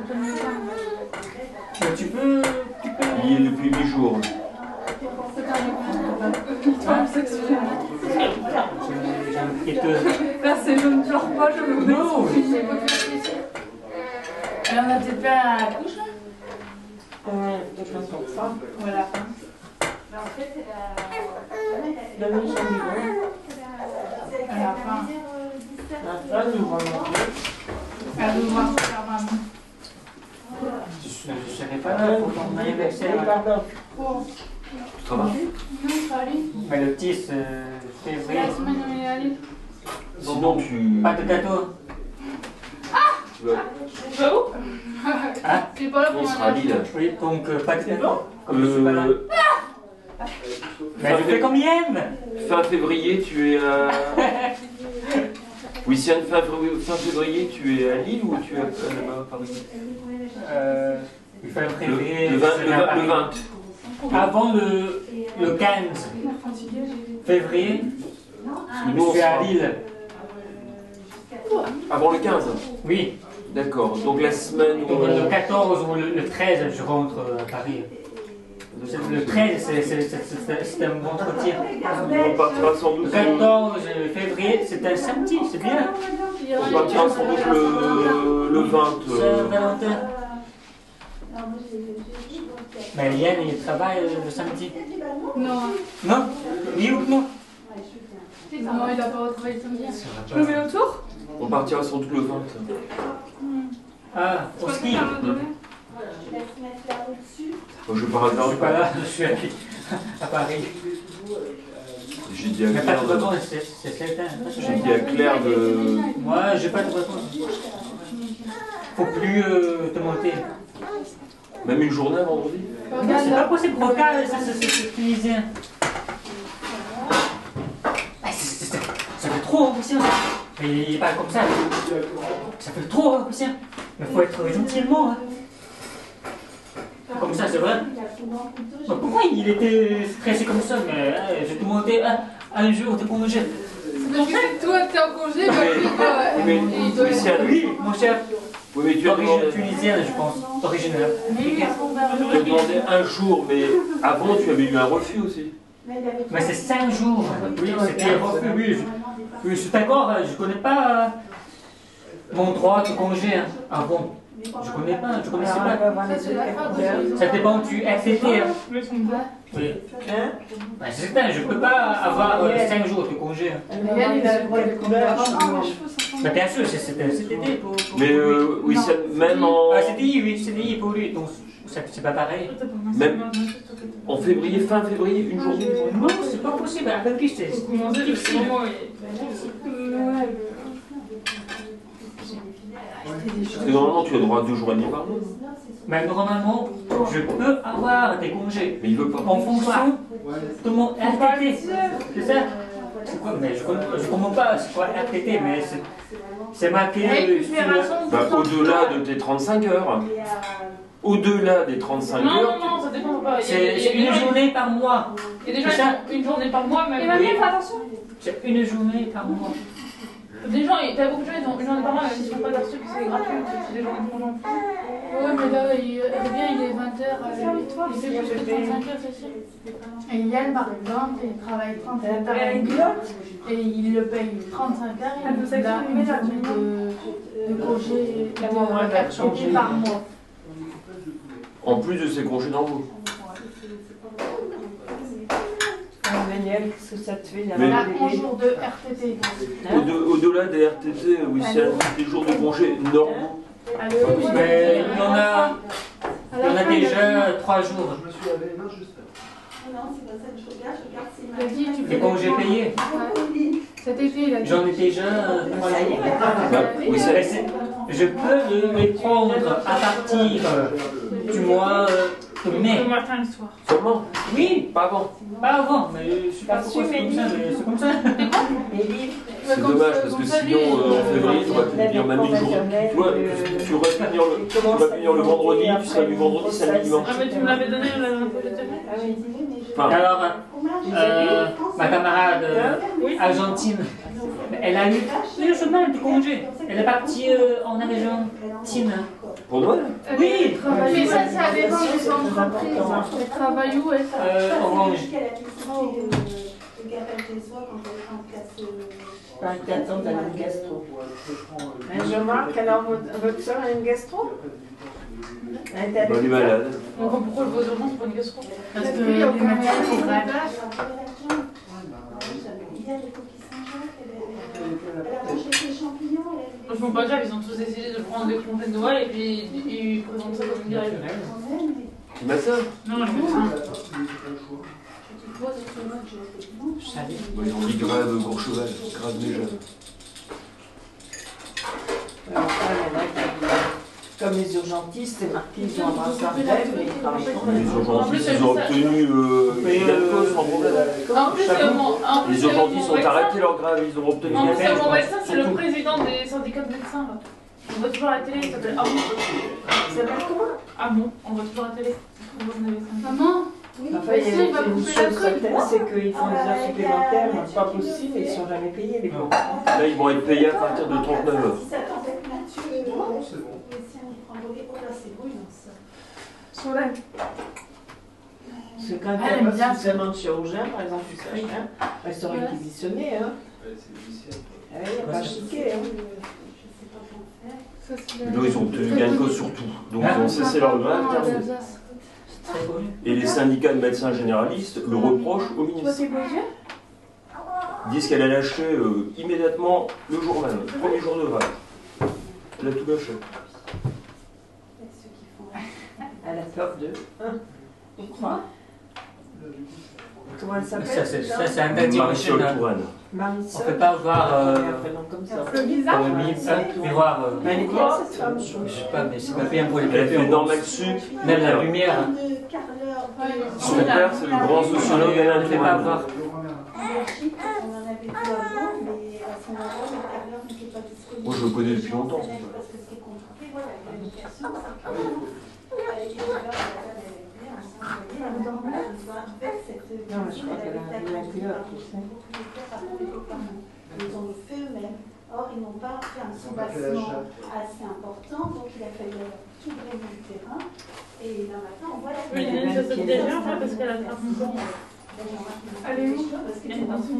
Speaker 6: Mais tu peux. Tu peux.
Speaker 8: il y est depuis 8 jours.
Speaker 2: Histoire sexuelle.
Speaker 6: J'ai- j'ai une quêteuse.
Speaker 2: Là, c'est je ne pleure pas, je me mets
Speaker 6: Non.
Speaker 2: C'est quoi que je fais
Speaker 7: Elle en a peut-être pas à la couche, là
Speaker 4: Ouais, de plein temps de ça.
Speaker 7: Voilà.
Speaker 4: La nuit, j'ai mis bon.
Speaker 7: À la fin.
Speaker 4: La femme, nous remonte.
Speaker 7: Elle va voir super maman.
Speaker 6: n'est pas là pour ton anniversaire.
Speaker 7: Bon,
Speaker 8: Ça va
Speaker 7: non, pas aller.
Speaker 6: Mais le 10 euh, février,
Speaker 7: La semaine où il est allé.
Speaker 8: Sinon, tu.
Speaker 6: pas de gâteau.
Speaker 8: tu vas-
Speaker 7: C'est pas là pour
Speaker 8: On sera à
Speaker 7: m'en aller.
Speaker 8: Lille.
Speaker 6: Oui, donc euh, pas de gâteau. Comme je suis pas là.
Speaker 8: Euh,
Speaker 6: Mais je fais comme il aime.
Speaker 8: Fin février, tu es à.
Speaker 6: [laughs]
Speaker 8: Oui, Sian, fin février, fin février, tu es à Lille ou tu es à euh, là-bas à Paris
Speaker 6: Euh, fin
Speaker 8: le,
Speaker 6: février,
Speaker 8: le
Speaker 6: je
Speaker 8: vingt-
Speaker 6: serai à
Speaker 8: le vingt-
Speaker 6: Paris.
Speaker 8: le 20.
Speaker 6: Avant le, le 15 février, je
Speaker 8: on
Speaker 6: suis à
Speaker 8: sera-
Speaker 6: Lille.
Speaker 8: Avant le 15
Speaker 6: Oui,
Speaker 8: D'accord. Donc la semaine.
Speaker 6: donc le 14 ou le, le 13, je rentre à Paris. C'est- Le 13, c'est- c'est- c'est- c'est c'est un vendredi.
Speaker 8: On partira sans
Speaker 6: Le
Speaker 8: doute.
Speaker 6: 14 février, c'est un samedi, c'est bien.
Speaker 8: On partira sans doute le, le 20. euh,
Speaker 6: Saint-Valentin. Mais Yann, il travaille euh, le samedi.
Speaker 7: Non,
Speaker 6: Non Ni ou non
Speaker 7: non, il a pas retravaillé samedi. Je le mets autour
Speaker 8: On partira sans doute le 20.
Speaker 6: Ah, au ski.
Speaker 8: Moi, je pars à
Speaker 6: Je suis pas
Speaker 8: Paris.
Speaker 6: là, je suis à, à Paris.
Speaker 8: J'ai dit à
Speaker 6: Mais pas
Speaker 8: Claire
Speaker 6: de
Speaker 8: de.
Speaker 6: vacances, c'est c'est certain. pas de
Speaker 8: J'ai
Speaker 6: vacances.
Speaker 8: dit à Claire de.
Speaker 6: Moi, j'ai pas de vacances. Faut plus euh, te monter.
Speaker 8: Même une journée à vendredi
Speaker 6: Non, c'est pas possible, Broca, ça, ça, c'est c'est tunisien. Ah, c'est- c'est- Ça fait trop, hein, Christian. Mais il est pas comme ça. Ça fait trop, hein, Christian. Mais faut être gentiment. hein. Comme ça, c'est vrai. Mais pourquoi il était stressé comme ça Mais euh, je te demandais un, un jour de congé.
Speaker 7: C'est parce que c'est toi, t'es en congé, bah
Speaker 8: Mais-
Speaker 7: lui, il doit-
Speaker 8: mais-
Speaker 7: il doit
Speaker 8: mais c'est à
Speaker 7: être-
Speaker 6: Oui, mon cher,
Speaker 8: Oui, mais tu as demandé,
Speaker 6: d'origine tunisienne, je pense. Originaire.
Speaker 7: Mais lui, il a son verre.
Speaker 8: tu as demandé un jour, mais avant tu avais eu un refus aussi.
Speaker 6: Mais c'est 5 jours. Oui, c'était refus, oui. Je, oui, je suis d'accord, hein, je connais pas euh, mon droit de congé hein, avant. Je connais pas, je connaissais pas.
Speaker 7: Ça, c'est la fin de-
Speaker 6: Ça dépend où tu FCT. Hein.
Speaker 2: Mais son bras.
Speaker 6: Oui.
Speaker 4: Hein
Speaker 6: Bah, c'est certain, je peux pas avoir 5 jours de congé. hein.
Speaker 4: Mais Yann, il a le droit de couleur.
Speaker 2: Ah, mes cheveux sont
Speaker 6: Bah, bien sûr, c'est c'était CDD pour. pour
Speaker 8: Mais euh, oui,
Speaker 7: Non.
Speaker 8: ça, même en,
Speaker 6: Ah, CDI, oui, CDI pour lui, donc c'est c'est pas pareil.
Speaker 8: Même- en février, fin février, une journée.
Speaker 6: Non, c'est pas possible, avec lui, c'est.
Speaker 2: Vous commencez le moment et-
Speaker 8: Parce que normalement tu as droit à deux journées par mois.
Speaker 6: Mais normalement, je peux avoir des congés
Speaker 8: Mais il veut pas.
Speaker 6: en fonction de mon RTT. C'est ça C'est quoi Mais je comprends, je comprends pas, c'est quoi RTT Mais c'est- c'est marqué.
Speaker 2: Et
Speaker 6: euh,
Speaker 2: puis, je
Speaker 6: sur
Speaker 2: vais
Speaker 6: la-
Speaker 2: rassurer,
Speaker 8: Bah,
Speaker 2: tout le temps.
Speaker 8: au-delà de tes 35 heures, au-delà des 35
Speaker 2: Non,
Speaker 8: heures,
Speaker 2: non, non, ça dépend pas. Il y a-
Speaker 6: C'est
Speaker 2: il y a
Speaker 6: c'est
Speaker 2: des
Speaker 6: une
Speaker 2: gens-
Speaker 6: journée par mois.
Speaker 2: Il y a des gens
Speaker 6: C'est
Speaker 2: qui
Speaker 6: ça.
Speaker 2: font une journée par mois, même.
Speaker 9: Et maintenant, fais attention.
Speaker 6: C'est une journée par mois.
Speaker 2: Des gens, t'as beaucoup de gens, ils ont une journée par mois, même s'ils font pas leur truc, c'est gratuit. C'est des gens qui font
Speaker 7: Ouais, mais là, il revient, il est 20h. Il fait plus de 35 heures, c'est sûr.
Speaker 9: Et Yann, par exemple, il travaille 37 heures
Speaker 4: T'as
Speaker 9: et
Speaker 4: une
Speaker 9: demie,
Speaker 4: culotte
Speaker 9: et il le paye 35 heures,
Speaker 2: Ah, vous
Speaker 9: il
Speaker 2: savez,
Speaker 9: a
Speaker 2: c'est
Speaker 9: une
Speaker 2: ménage,
Speaker 9: journée de, de congé
Speaker 2: La maman, elle
Speaker 9: de
Speaker 2: va
Speaker 9: RTT par mois.
Speaker 8: en plus de ses congés d'embauche.
Speaker 4: Ah, mais Yann, qu'est-ce que ça te fait
Speaker 8: Mais-
Speaker 9: On a
Speaker 4: d'avoir des-
Speaker 9: 11 jours de RTT.
Speaker 8: Au-de- Au-delà des RTT, oui, c'est des jours de congés normaux.
Speaker 9: Alors,
Speaker 6: Mais il y en a,
Speaker 7: À
Speaker 6: il y
Speaker 7: la
Speaker 6: en a
Speaker 7: fin, il a
Speaker 6: déjà trois jours
Speaker 3: Je me suis lavé les mains juste avant.
Speaker 7: dit- il a dit, tu
Speaker 6: de
Speaker 7: fais
Speaker 6: congés
Speaker 7: des-
Speaker 6: payés.
Speaker 7: Cet été, il a dit.
Speaker 6: J'en ai déjà euh, trois
Speaker 4: Ça y
Speaker 6: jours.
Speaker 4: est,
Speaker 8: [laughs] Bah, oui, c'est-
Speaker 6: Mais c'est- Je peux le- les prendre à partir euh, du mois euh, de mai.
Speaker 2: Le matin et le soir.
Speaker 8: Seulement,
Speaker 6: Oui,
Speaker 8: pas avant.
Speaker 6: pas avant, mais je sais pas pourquoi c'est comme ça, mais c'est comme ça.
Speaker 4: Élie,
Speaker 8: C'est
Speaker 7: Comme
Speaker 8: dommage
Speaker 7: ça,
Speaker 8: parce que
Speaker 7: comme ça,
Speaker 8: sinon
Speaker 7: lui,
Speaker 8: euh, en
Speaker 7: euh,
Speaker 8: février, tu vas
Speaker 4: la
Speaker 8: tenir même une journée. Tu vois, tu- tu aurais pu tenir le,
Speaker 4: tu commences
Speaker 8: tu vas finir le
Speaker 4: à
Speaker 8: vendredi,
Speaker 4: monter
Speaker 8: tu seras du vendredi,
Speaker 4: après,
Speaker 8: samedi, dimanche.
Speaker 2: Ah, mais tu me l'avais donné, la
Speaker 4: Ah oui.
Speaker 1: Bah.
Speaker 8: Enfin,
Speaker 6: Alors, euh, ma camarade euh,
Speaker 4: Hein
Speaker 2: Oui.
Speaker 6: argentine, elle a eu
Speaker 4: Ah,
Speaker 6: une semaine de congé. Elle est partie euh, en Argentine.
Speaker 4: euh,
Speaker 8: pour Noël
Speaker 7: Elle
Speaker 6: Oui.
Speaker 7: travaille- Mais ça, ça dépend des entreprises. Elle travaille où, elle
Speaker 6: Euh, orange.
Speaker 4: 24 ans, t'as une gastro.
Speaker 3: Ouais, je prends, euh,
Speaker 4: Hein, Je remarque, alors votre, votre soeur a une gastro Hein, t'as
Speaker 8: On est
Speaker 4: des-
Speaker 8: malade.
Speaker 2: On comprend pourquoi le beau dormant, c'est pas une gastro.
Speaker 7: Parce que
Speaker 9: Depuis,
Speaker 7: les
Speaker 4: Euh,
Speaker 9: on commence
Speaker 7: matins,
Speaker 9: à
Speaker 7: ils
Speaker 9: faire
Speaker 7: travaillent.
Speaker 3: elle était là.
Speaker 7: Je vous pas grave, ils ont tous essayé de prendre des congés de Noël et puis ils ils présentent ça comme une grève.
Speaker 8: Tu m'as ça
Speaker 7: Non, je pense pas.
Speaker 6: Je savais.
Speaker 8: Oui, on dit grave gros cheval, grave déjà.
Speaker 4: Alors ça, il y en a qui- Comme les urgentistes, c'est marqué, ils ont embrassé un rêve, mais ils travaillent quand
Speaker 8: Les
Speaker 4: même.
Speaker 8: urgentistes, ils ont obtenu euh, une alcool sans problème.
Speaker 7: En plus, euh, mon- en plus,
Speaker 8: Les
Speaker 7: euh,
Speaker 8: urgentistes
Speaker 7: mon
Speaker 8: ont arrêté leur grève, ils ont obtenu
Speaker 7: Non,
Speaker 8: une
Speaker 7: mais c'est
Speaker 8: alcool.
Speaker 7: mon médecin, c'est le président des syndicats de médecins. Là. On voit toujours à la télé, il s'appelle Amon. Il s'appelle comment Amon, on voit toujours à la télé. On voit des médecins.
Speaker 9: Maman,
Speaker 4: Enfin, il y a
Speaker 9: il va
Speaker 4: une
Speaker 9: couper la
Speaker 4: chose
Speaker 9: colle. Oh,
Speaker 4: certaine, c'est qu'ils font des heures supplémentaires,
Speaker 1: Ah, ouais,
Speaker 4: pas
Speaker 1: tu- tu
Speaker 4: possible,
Speaker 1: le
Speaker 4: ils
Speaker 1: fais.
Speaker 4: sont jamais payés, les pauvres.
Speaker 8: Là, ils vont être payés à partir de 39 heures.
Speaker 1: Si ça t'embête, Mathieu, euh,
Speaker 3: Non, c'est bon.
Speaker 1: mais si on prend le relais, oh là, c'est beau, non, ça.
Speaker 9: Solène.
Speaker 4: Parce que quand
Speaker 9: Elle
Speaker 4: il
Speaker 9: aime
Speaker 4: y a
Speaker 9: bien.
Speaker 4: pas suffisamment de chirurgiens, par exemple, tu sais rien, ils sont réquisitionnés, hein.
Speaker 3: Ouais, c'est difficile.
Speaker 4: Eh, Il n'y a
Speaker 6: Ouais,
Speaker 4: pas
Speaker 6: c'est-
Speaker 4: chiqué, hein.
Speaker 9: Ça, c'est
Speaker 8: Là, ils ont obtenu une alcool sur tout. Donc, ils ont cessé Ah, leur
Speaker 7: Ah,
Speaker 8: grève. terminé.
Speaker 6: Très connu.
Speaker 8: Et les syndicats de médecins généralistes le reprochent au
Speaker 9: Toi,
Speaker 8: ministre.
Speaker 9: tes beaux yeux
Speaker 8: disent qu'elle a lâché euh, immédiatement le jour même, le premier jour de grève. Elle a tout lâché.
Speaker 4: Elle a peur d'eux. hein.
Speaker 7: Quoi
Speaker 4: Comment elle
Speaker 6: Ça,
Speaker 4: s'appelle
Speaker 6: c'est
Speaker 4: déjà
Speaker 6: ça, c'est interdit au
Speaker 8: Marisol
Speaker 6: Chine.
Speaker 8: Touraine.
Speaker 4: Marisol.
Speaker 6: On peut pas voir, euh,
Speaker 4: Elle a un prénom comme ça.
Speaker 9: C'est bizarre.
Speaker 6: Pour le mi- ça, miroir. euh,
Speaker 4: Mais elle est bien, cette femme, je trouve.
Speaker 6: Je sais pas, mais c'est pas bien pour les
Speaker 8: Elle a
Speaker 6: bébés.
Speaker 8: fait
Speaker 6: on-
Speaker 8: normal sup.
Speaker 6: Même la lumière.
Speaker 8: hein.
Speaker 1: Comme de Carleur, de-
Speaker 7: Ouais, il-
Speaker 8: Son père, c'est le grand sociologue Alain
Speaker 6: On fait pas
Speaker 8: Touraine.
Speaker 6: voir.
Speaker 1: Belgique, on en avait vu avant, mais à son moment, le parleur n'était pas disponible.
Speaker 8: Moi, je le connais depuis
Speaker 1: Les gens
Speaker 8: longtemps,
Speaker 1: s'élèvent
Speaker 8: ce
Speaker 1: Parce que c'est compliqué, voilà, la communication, c'est quand même- Avec les valeurs, la table, elle est bien, on s'en voyait, on dormait, on se rappelle cette-
Speaker 4: Non, mais je crois qu'elle a un
Speaker 1: Elle avait été
Speaker 4: culotte,
Speaker 1: accompagnée
Speaker 4: tu
Speaker 1: par
Speaker 4: sais.
Speaker 1: beaucoup de frères avant les copains. Ils ont fait eux-mêmes. Or, ils n'ont pas fait un
Speaker 3: Ils ont pas fait la
Speaker 1: soubassement
Speaker 3: chatte.
Speaker 1: assez important, donc il a fallu avoir tout drainer le terrain. Et là, maintenant, on voit la
Speaker 7: Oui,
Speaker 1: lumière.
Speaker 7: mais ça se dégage, en fait, parce qu'elle a attrape mon corps.
Speaker 1: Elle est où Parce que
Speaker 7: Elle
Speaker 1: tu
Speaker 7: est dans son-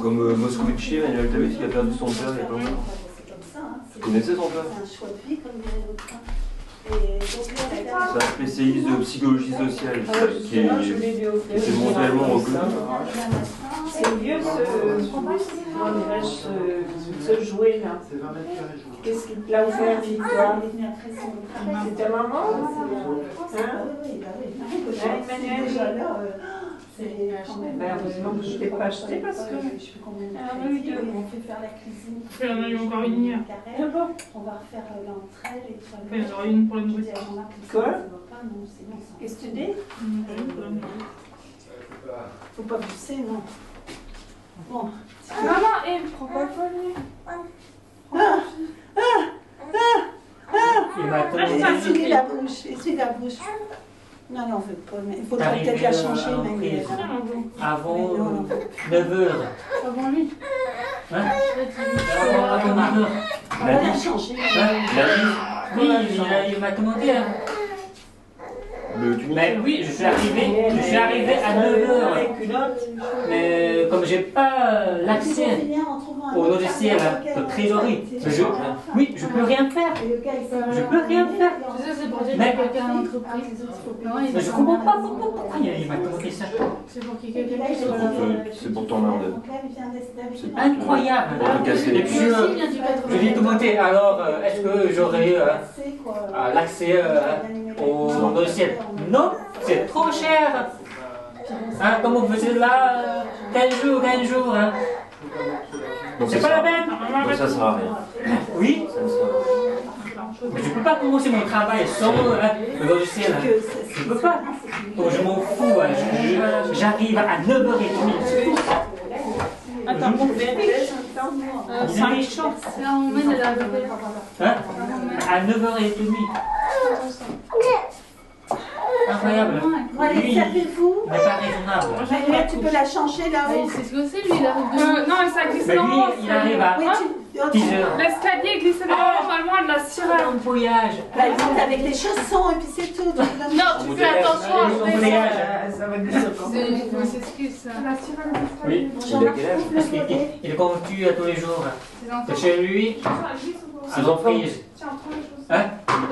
Speaker 8: Comme euh, Moscovici, Emmanuel Davis, il a perdu son père il y a pas longtemps.
Speaker 1: C'est comme ça, hein,
Speaker 8: Tu connaissais son père
Speaker 1: c'est un choix de vie comme les autres. hein. Et donc là, la dame-
Speaker 8: C'est un spécialiste de psychologie sociale
Speaker 4: Ah,
Speaker 8: ça,
Speaker 4: ouais,
Speaker 8: qui est,
Speaker 4: justement, je voulais lui offrir.
Speaker 8: qui est mondialement reconnu.
Speaker 4: C'est vieux ce. Comment dirais-je, ce- ce jouet là.
Speaker 3: C'est 20 mètres carrés, je vous
Speaker 4: Qu'est-ce qu'il te l'a offert, Victoire
Speaker 1: Elle est venue après son travail.
Speaker 4: Ah, C'est ta maman Hein
Speaker 1: Oui, bah oui. Marie, quand je
Speaker 4: Ouais,
Speaker 1: suis
Speaker 4: Emmanuel,
Speaker 1: déjà
Speaker 4: j'ai-
Speaker 1: là, euh, [gasps] c'est quand même- euh,
Speaker 4: Ben, heureusement que je ne l'ai pas acheté parce que-
Speaker 1: Je sais combien de
Speaker 7: Ah,
Speaker 1: crédits,
Speaker 7: oui, oui.
Speaker 1: on fait faire la cuisine.
Speaker 7: Parce qu'il y en a eu encore une hier.
Speaker 1: Carré.
Speaker 4: D'abord.
Speaker 1: On va refaire euh, l'entrée, les
Speaker 7: Enfin, il y en
Speaker 1: toilettes.
Speaker 7: aura une pour la
Speaker 1: Je
Speaker 7: nourriture.
Speaker 1: dis à Jean-Marc, il
Speaker 4: Quoi
Speaker 1: s'en va pas, non, c'est bon, ça.
Speaker 4: Qu'est-ce que tu dis
Speaker 7: Une pour la nourriture.
Speaker 1: Faut pas pousser, non. Bon.
Speaker 9: Maman,
Speaker 7: eh,
Speaker 9: et prends pas le poignet.
Speaker 6: Et maintenant,
Speaker 7: Ah, ça,
Speaker 1: Essuie la bouche, essuie la bouche. Non, non, on veut pas. mais Il faudra
Speaker 6: T'arrives,
Speaker 1: peut-être la
Speaker 6: euh,
Speaker 1: changer, euh,
Speaker 6: à
Speaker 1: Emmanuel.
Speaker 6: l'entrée.
Speaker 7: Ah, bon.
Speaker 6: avant euh,
Speaker 1: Mais non.
Speaker 6: 9h.
Speaker 9: Avant lui.
Speaker 6: Hein Avant 9h.
Speaker 1: On va la changer.
Speaker 6: Oui, Bah, il a- il m'a commandé. hein.
Speaker 8: Le Tunisien.
Speaker 6: Mais oui, je suis arrivé, je suis arrivé à 9h.
Speaker 4: Avec une autre.
Speaker 6: Mais comme j'ai pas euh, l'accès au
Speaker 1: au
Speaker 6: logiciel de trésorerie, je, Ah, oui, je peux rien faire.
Speaker 1: Je
Speaker 6: Je peux rien faire.
Speaker 7: Tu sais, c'est pour dire
Speaker 6: Mais-
Speaker 7: que quelqu'un a entrepris.
Speaker 6: Mais je comprends pas pourquoi, pourquoi il m'a commandé ça.
Speaker 7: C'est pour qu'il y ait quelqu'un qui
Speaker 8: pour te- c'est pour t'emmerder. C'est pas-
Speaker 6: Incroyable.
Speaker 8: Pour te casser les
Speaker 6: Et puis,
Speaker 8: pieds.
Speaker 6: euh, Je lui ai demandé alors euh, est-ce que j'aurais euh, euh, l'accès euh, au logiciel Non, c'est trop cher. Hein, comme on faisait là euh, 15 jours, 15 jours. hein.
Speaker 8: Donc ça
Speaker 6: C'est pas la
Speaker 8: sert
Speaker 6: peine.
Speaker 8: à- donc ça sert à rien.
Speaker 6: Oui,
Speaker 8: Ça ne sert à rien.
Speaker 6: mais je peux pas commencer mon travail sans euh, le logiciel. hein. Je peux pas. Donc je m'en fous. hein. Je- je- J'arrive à 9h30.
Speaker 4: Attends, on fait
Speaker 7: Euh,
Speaker 6: Il
Speaker 7: c'est
Speaker 6: est
Speaker 7: un
Speaker 6: méchant.
Speaker 9: Là, on mène à la bébé.
Speaker 6: Hein À 9h30. Incroyable. Lui, il n'est
Speaker 1: vous
Speaker 6: pas raisonnable.
Speaker 1: Manuel, tu peux la changer
Speaker 9: Bah,
Speaker 1: là-haut.
Speaker 9: il sait ce que c'est, lui, il arrive de.
Speaker 7: Euh, non, mais ça glisse
Speaker 6: Mais lui,
Speaker 7: normalement.
Speaker 6: il arrive à
Speaker 1: Oui,
Speaker 4: Ah,
Speaker 1: tu- oh, tu-
Speaker 6: 10h.
Speaker 7: L'escalier glisse normalement de la
Speaker 6: Un
Speaker 7: sirène.
Speaker 6: brouillage.
Speaker 1: Bah, écoute, avec les chaussons et puis c'est tout. Donc, là,
Speaker 7: Non, tu fais attention à
Speaker 6: Un
Speaker 7: ce
Speaker 6: brouillage.
Speaker 9: C'est une excuse, ça.
Speaker 2: La sirène de
Speaker 6: Oui.
Speaker 1: Jean-Marc,
Speaker 8: Il a quel
Speaker 1: trouve le
Speaker 6: Parce qu'il
Speaker 1: volet.
Speaker 6: il conduit tous les jours.
Speaker 9: C'est dans
Speaker 6: C'est chez lui, à l'entreprise.
Speaker 2: Tiens, prends les choses.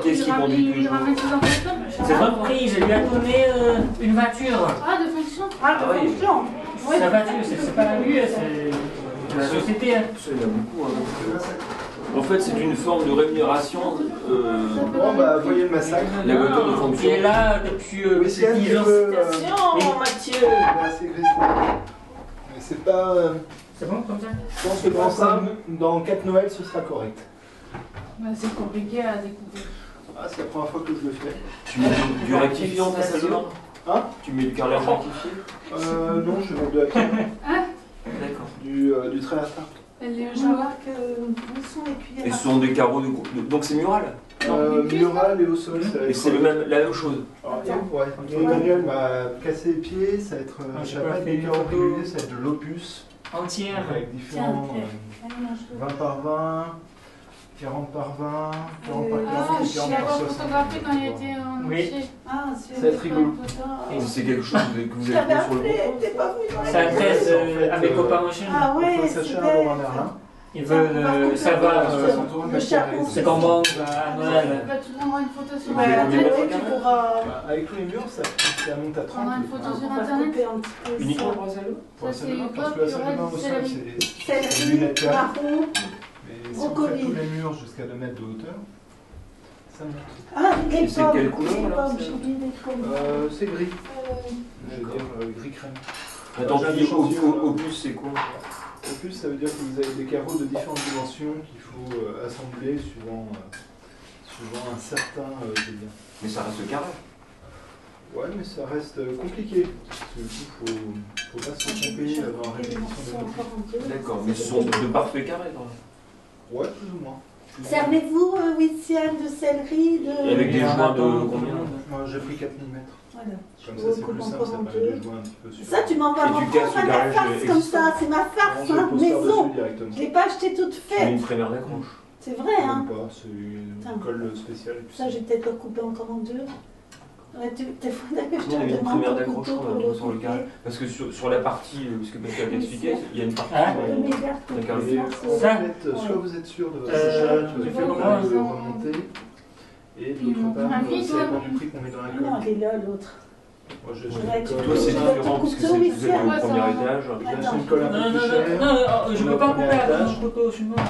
Speaker 8: Qu'est-ce qu'il conduit tous les
Speaker 9: Il
Speaker 8: jours
Speaker 9: ramène ses enfants à l'école.
Speaker 6: C'est l'entreprise, il lui a donné euh, une voiture.
Speaker 9: Ah, de fonction
Speaker 1: Ah,
Speaker 8: Ah oui.
Speaker 1: bonjour. Ouais.
Speaker 6: Ça va, tu sais, c'est pas la rue, c'est la société. hein.
Speaker 8: Ça, il y en a beaucoup. hein, donc, euh, En fait, c'est une forme de rémunération. euh,
Speaker 5: Bon, bah, voyez le massacre.
Speaker 8: La voiture de fonction.
Speaker 6: Il est là depuis euh,
Speaker 5: Oui, c'est elle qui
Speaker 6: 10 ans.
Speaker 5: veut. euh,
Speaker 4: Attention, Mathieu
Speaker 5: Merci, Christophe. Mais c'est pas. euh,
Speaker 6: C'est bon comme ça
Speaker 5: Je pense que dans, ça, dans 4 Noël, ce sera correct.
Speaker 7: Bah, c'est compliqué à découvrir.
Speaker 5: Ah, c'est la première fois que je le fais.
Speaker 8: Tu mets du, du rectifiant, ta salle de bain
Speaker 5: Hein
Speaker 8: Tu mets du carrelage rectifié
Speaker 5: Euh, non, je vais mettre de la crème,
Speaker 8: D'accord.
Speaker 5: du, euh, du trait à tarte.
Speaker 7: Elle est
Speaker 1: Je vais voir que où sont les cuillères
Speaker 8: Et
Speaker 1: à
Speaker 8: ce sont des carreaux de. de- Donc c'est mural.
Speaker 5: Euh, mural et au sol, ça va
Speaker 8: Et
Speaker 5: être-
Speaker 8: c'est le même, la même chose.
Speaker 5: Ah, ouais. Emmanuel m'a cassé Euh, les pieds, ça va être. euh,
Speaker 6: Ah, j'ai
Speaker 5: ça va
Speaker 6: pas
Speaker 5: pas être
Speaker 6: fait
Speaker 5: des carreaux
Speaker 6: photo.
Speaker 5: réguliers, ça va être de l'opus,
Speaker 6: Entière.
Speaker 5: avec différents.
Speaker 2: Tiens,
Speaker 5: euh,
Speaker 2: Ah, non, je
Speaker 5: 20 par 20, 40 par 20, 40 par 40
Speaker 2: Ah,
Speaker 5: et
Speaker 2: je
Speaker 5: 40
Speaker 2: l'avais
Speaker 5: par 60.
Speaker 2: photographié quand il était en
Speaker 6: Oui.
Speaker 2: entier.
Speaker 1: Ah, c'est
Speaker 5: Ça va être rigolo.
Speaker 6: Et
Speaker 8: C'est quelque chose que
Speaker 1: Je
Speaker 8: vous avez
Speaker 1: t'avais
Speaker 8: trouvé sur le
Speaker 1: appelé,
Speaker 8: bon
Speaker 1: t'es pas venu dans la
Speaker 6: Ça
Speaker 1: maison.
Speaker 6: intéresse
Speaker 5: Ouais, en fait,
Speaker 6: avec
Speaker 5: euh,
Speaker 6: copains en Chine.
Speaker 1: Ah ouais,
Speaker 5: Faut
Speaker 1: super.
Speaker 5: Sacha Laurent Merlin.
Speaker 6: Ils
Speaker 1: Tiens,
Speaker 6: veulent
Speaker 1: on va
Speaker 6: euh,
Speaker 1: couper
Speaker 6: savoir
Speaker 1: le-
Speaker 6: euh,
Speaker 5: son tour,
Speaker 1: le
Speaker 5: ma chère
Speaker 1: chapeau.
Speaker 5: Alice.
Speaker 6: c'est comment on va à Noël.
Speaker 2: Bah, tu prendras une photo sur
Speaker 1: Bah,
Speaker 2: Internet.
Speaker 8: voulez
Speaker 1: ouais,
Speaker 8: mettre
Speaker 1: tu pourras
Speaker 5: Bah, Avec les murs, ça, ça monte à 30.
Speaker 2: Prendre une
Speaker 5: mais-
Speaker 2: photo sur
Speaker 1: on va
Speaker 2: Internet.
Speaker 1: couper un petit peu
Speaker 8: Uniquement pour la salle de bain
Speaker 5: Pour la
Speaker 2: Ça,
Speaker 5: salle de
Speaker 2: c'est
Speaker 5: bain, parce que
Speaker 2: quoi,
Speaker 5: la salle de bain
Speaker 2: purée,
Speaker 5: au
Speaker 2: c'est
Speaker 5: sol,
Speaker 2: la-
Speaker 1: ça.
Speaker 5: c'est. C'est du
Speaker 1: Celle-ci,
Speaker 5: mètre carré.
Speaker 1: marron.
Speaker 5: Mais si
Speaker 1: Au
Speaker 5: on fait tous
Speaker 1: Covid.
Speaker 5: les murs jusqu'à 2 mètres de hauteur, ça monte.
Speaker 1: Ah, les
Speaker 8: Et c'est
Speaker 1: pommes,
Speaker 8: quelle couleur,
Speaker 1: les
Speaker 8: alors,
Speaker 1: pommes,
Speaker 8: c'est-
Speaker 1: j'ai oublié les pommes.
Speaker 5: Euh, c'est gris. Je veux
Speaker 8: D'accord.
Speaker 5: dire euh, gris crème.
Speaker 8: Attends,
Speaker 5: J'ai
Speaker 8: puis,
Speaker 5: des
Speaker 8: au,
Speaker 5: chantiers,
Speaker 8: au-
Speaker 5: là.
Speaker 8: au plus, c'est quoi
Speaker 5: En plus, ça veut dire que vous avez des carreaux de différentes dimensions qu'il faut euh, assembler suivant, euh, suivant un certain euh, délire.
Speaker 8: Mais ça reste carré.
Speaker 5: Ouais, mais ça reste euh, compliqué. Parce que du coup, faut, faut pas se tromper euh, dans la
Speaker 1: Ah, J'ai
Speaker 5: répétition
Speaker 1: morceaux
Speaker 5: des copies.
Speaker 1: encore entiers.
Speaker 8: D'accord, mais ce sont de parfaits carrés quand même.
Speaker 5: Ouais, plus ou moins. Plus ou moins.
Speaker 1: Servez-vous euh, huitième de céleri,
Speaker 8: Et
Speaker 1: de...
Speaker 8: avec- des
Speaker 6: Et on
Speaker 8: joints
Speaker 6: attend
Speaker 8: de
Speaker 6: tout le
Speaker 8: combien
Speaker 6: monde.
Speaker 5: Moi, j'ai pris 4 mm.
Speaker 1: Voilà.
Speaker 5: Comme
Speaker 1: Je
Speaker 5: ça, c'est
Speaker 1: coupe
Speaker 5: plus
Speaker 1: encore
Speaker 5: simple, ça
Speaker 1: en
Speaker 5: permet
Speaker 1: deux.
Speaker 5: de jouer un petit peu sur.
Speaker 1: Ça, tu m'en
Speaker 8: Et
Speaker 1: parles
Speaker 8: tu
Speaker 1: encore,
Speaker 8: casses
Speaker 1: pas
Speaker 8: le
Speaker 1: de la
Speaker 8: garage
Speaker 1: farce comme
Speaker 8: existant.
Speaker 1: ça, c'est ma
Speaker 5: Non,
Speaker 1: farce,
Speaker 5: j'ai le
Speaker 1: hein,
Speaker 5: poster
Speaker 1: maison.
Speaker 5: dessus directement.
Speaker 1: Je l'ai pas achetée toute
Speaker 8: Tu mets
Speaker 1: faite,
Speaker 8: une prémère d'accroche.
Speaker 1: c'est vrai, hein.
Speaker 5: Même pas, c'est une
Speaker 1: Tiens.
Speaker 5: colle spéciale. et puis
Speaker 1: Ça, j'ai peut-être le coupé encore en deux. Ouais, tu t'es faudrait que je
Speaker 8: Nous, on a
Speaker 1: te
Speaker 8: mis une
Speaker 1: demande
Speaker 8: première
Speaker 1: ton
Speaker 8: d'accroche
Speaker 1: couteau
Speaker 8: on a
Speaker 1: pour
Speaker 8: mis
Speaker 1: le
Speaker 8: sur le carré.
Speaker 1: couper.
Speaker 8: Parce que sur, sur la partie, euh, parce que Pascal t'a expliqué, il y a une partie.
Speaker 6: Hein
Speaker 1: Le
Speaker 8: euh,
Speaker 1: mégarde que
Speaker 8: D'accord.
Speaker 1: tu fasses, euh,
Speaker 5: Soit
Speaker 6: Ça.
Speaker 5: vous êtes- soit vous êtes sûr de votre
Speaker 6: Euh,
Speaker 5: achat,
Speaker 6: tu
Speaker 5: tu
Speaker 6: fais
Speaker 5: vas
Speaker 6: comment,
Speaker 5: faire le
Speaker 2: hein
Speaker 5: remonter. Et
Speaker 2: Ils m'ont
Speaker 5: d'autre part,
Speaker 2: un
Speaker 5: euh,
Speaker 2: vide,
Speaker 5: ça dépend
Speaker 2: ouais.
Speaker 5: du prix qu'on met dans la colle.
Speaker 1: Non, il est là, l'autre.
Speaker 5: Moi, je
Speaker 1: Ouais, tu
Speaker 8: Toi, c'est
Speaker 1: Tu vas te
Speaker 8: différent parce que
Speaker 1: couper
Speaker 8: c'est-
Speaker 1: au
Speaker 8: vous êtes
Speaker 1: huitième.
Speaker 8: au
Speaker 2: Ouais, ça
Speaker 8: premier
Speaker 2: va.
Speaker 8: étage.
Speaker 5: J'achète euh, une colle
Speaker 6: Non, non,
Speaker 5: un peu plus
Speaker 6: non, non,
Speaker 5: chère.
Speaker 6: non, euh, je
Speaker 5: On
Speaker 6: peux
Speaker 5: est
Speaker 6: pas
Speaker 5: au
Speaker 6: couper
Speaker 5: premier
Speaker 6: avec
Speaker 5: étage.
Speaker 6: mon couteau, je suis mort.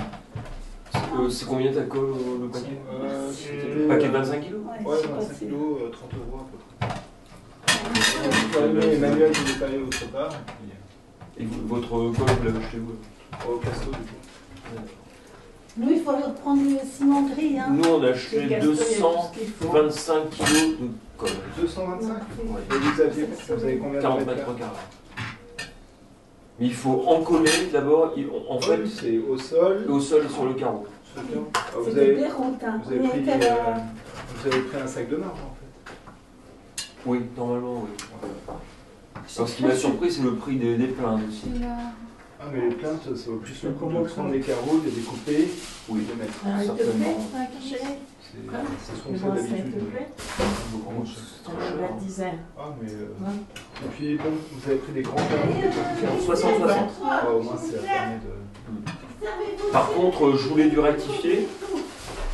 Speaker 8: Euh, C'est combien ta colle euh, le paquet
Speaker 5: Euh, c'était-
Speaker 8: Le paquet de 25 kilos
Speaker 1: Ouais,
Speaker 5: Ouais,
Speaker 1: je sais pas
Speaker 5: 25
Speaker 1: si-
Speaker 5: kilos, euh, 30 euros à peu près. Ouais, mais Emmanuel, je voulais pas aller autre part. et puis,
Speaker 8: Et v- votre colle, vous l'avez acheté où
Speaker 5: euh, Au casto, du coup.
Speaker 1: Nous, il faut leur prendre le ciment gris, hein.
Speaker 8: Nous, on a
Speaker 4: C'est
Speaker 8: acheté
Speaker 4: Gaston, il y a tout
Speaker 8: 225
Speaker 4: ce qu'il faut.
Speaker 8: kilos de colle.
Speaker 5: 225
Speaker 8: Ouais.
Speaker 5: Et vous aviez, vous avez combien de
Speaker 8: 40
Speaker 5: mètres
Speaker 8: mètres
Speaker 5: carrés
Speaker 8: carrés. Mais il faut en coller d'abord, il- en- en fait,
Speaker 5: Oui, c'est au sol.
Speaker 8: au sol et sur le carreau.
Speaker 5: Chacun. Ah, Vous
Speaker 1: C'était
Speaker 5: avez,
Speaker 1: déroutant.
Speaker 5: vous
Speaker 1: On
Speaker 5: avez pris,
Speaker 1: était
Speaker 5: euh,
Speaker 1: là.
Speaker 5: vous avez pris un sac de marbre, en fait.
Speaker 8: Oui, normalement, oui. Alors, ce qui m'a surpris, c'est le prix des, des plaintes aussi.
Speaker 2: C'est la-
Speaker 5: Ah mais les plaintes, c'est au plus le coup de prendre les carreaux, de les découper ou
Speaker 8: Oui,
Speaker 5: les mettre.
Speaker 1: Ah, il te plaît,
Speaker 8: certainement.
Speaker 1: ça, caché
Speaker 5: C'est c'est ce qu'on
Speaker 4: Le
Speaker 5: fait
Speaker 4: bracelet, s'il te
Speaker 5: d'habitude.
Speaker 4: plaît.
Speaker 8: Bon, c'est trop
Speaker 4: La
Speaker 8: cher.
Speaker 4: dizaine.
Speaker 5: Ah mais... euh,
Speaker 4: Ouais.
Speaker 5: Et puis bon, vous avez pris des grands carreaux.
Speaker 8: 60-60.
Speaker 5: Ah, au moins, ça permet de...
Speaker 8: Par contre, euh, je voulais du rectifier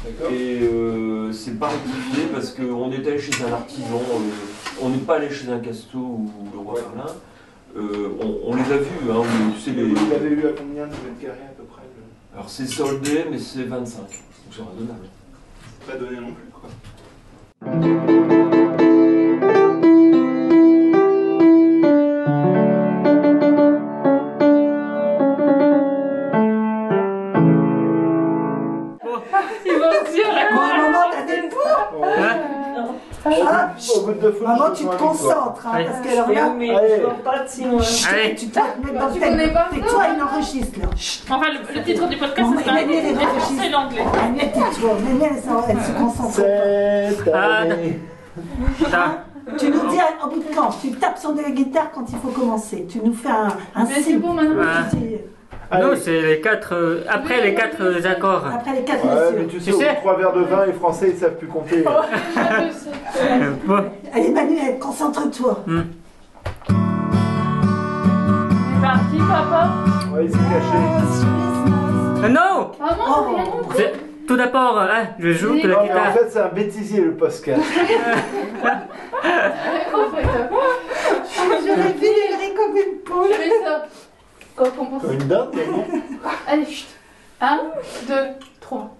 Speaker 5: D'accord
Speaker 8: et euh, c'est pas rectifié parce qu'on était allé chez un artisan, euh, on n'est pas allé chez un casto ou le roi
Speaker 5: Ouais.
Speaker 8: Merlin. Euh, on, on les a vus, hein, mais tu sais,
Speaker 5: Et
Speaker 8: les-
Speaker 5: Vous l'avez eu à combien de mètres carrés à peu près le-
Speaker 8: Alors c'est soldé, mais c'est 25. Donc c'est raisonnable.
Speaker 5: C'est pas donné non plus, quoi.
Speaker 2: Ils vont se dire, la
Speaker 1: Oh, maman, t'as des poux
Speaker 5: Ah, Au bout Oh. de deux fois,
Speaker 1: Euh, Maman,
Speaker 5: je
Speaker 1: tu
Speaker 5: suis
Speaker 1: te
Speaker 5: convaincu, quoi.
Speaker 1: concentres, hein,
Speaker 6: Ouais.
Speaker 1: parce
Speaker 4: Je
Speaker 1: qu'alors
Speaker 4: vais où,
Speaker 1: là,
Speaker 4: mais
Speaker 5: Allez.
Speaker 4: je vois pas de sinon.
Speaker 6: Allez.
Speaker 1: tu te mets dans
Speaker 2: Tu
Speaker 1: le
Speaker 2: connais
Speaker 1: tête.
Speaker 2: pas
Speaker 1: Tais-toi, il enregistre, là. Chut,
Speaker 2: Enfin, le, le titre du podcast,
Speaker 1: Maman,
Speaker 2: c'est
Speaker 1: il a mis les
Speaker 2: un
Speaker 1: réfléchis.
Speaker 2: français et l'anglais.
Speaker 1: Agnès, tais-toi. Mais elle, elle s'en- elle se concentre.
Speaker 5: Cette
Speaker 6: Ah,
Speaker 5: année...
Speaker 6: Putain.
Speaker 1: Tu nous dis au bout de temps, tu tapes sur de la guitare quand il faut commencer. Tu nous fais un, un
Speaker 2: Mais c'est
Speaker 1: signe.
Speaker 2: bon maintenant.
Speaker 6: Ah.
Speaker 1: Tu dis,
Speaker 6: Non,
Speaker 5: Allez.
Speaker 6: c'est les quatre. euh, après les quatre euh, accords.
Speaker 1: Après les quatre
Speaker 5: Ouais, mais
Speaker 1: messieurs.
Speaker 5: tu
Speaker 6: Tu
Speaker 5: sais,
Speaker 6: sais-
Speaker 5: au trois verres de vin, les Français, ils savent plus
Speaker 6: [laughs]
Speaker 5: compter.
Speaker 2: Je sais.
Speaker 6: Euh, bon.
Speaker 1: Allez, Manuel, concentre-toi.
Speaker 2: C'est parti, papa.
Speaker 5: Ouais, ils sont cachés.
Speaker 6: Euh, Non
Speaker 2: Maman,
Speaker 1: Oh.
Speaker 2: t'as rien compris.
Speaker 6: C'est- Tout d'abord, euh, hein, je joue
Speaker 5: Non,
Speaker 6: de la
Speaker 5: mais en
Speaker 6: guitare.
Speaker 5: fait, c'est un bêtisier, le podcast.
Speaker 2: T'as rien compris.
Speaker 1: J'aurais vu les comme
Speaker 7: Je fais ça. Quand on pense.
Speaker 5: Comme une dinde,
Speaker 7: Allez, chut. Un, deux, trois.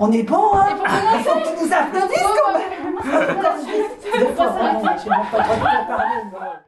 Speaker 8: On est bon, hein
Speaker 1: Ah,
Speaker 8: Il faut que tu nous applaudisses quand même
Speaker 7: C'est
Speaker 8: J'ai
Speaker 7: pour
Speaker 8: même pas le droit de te parler.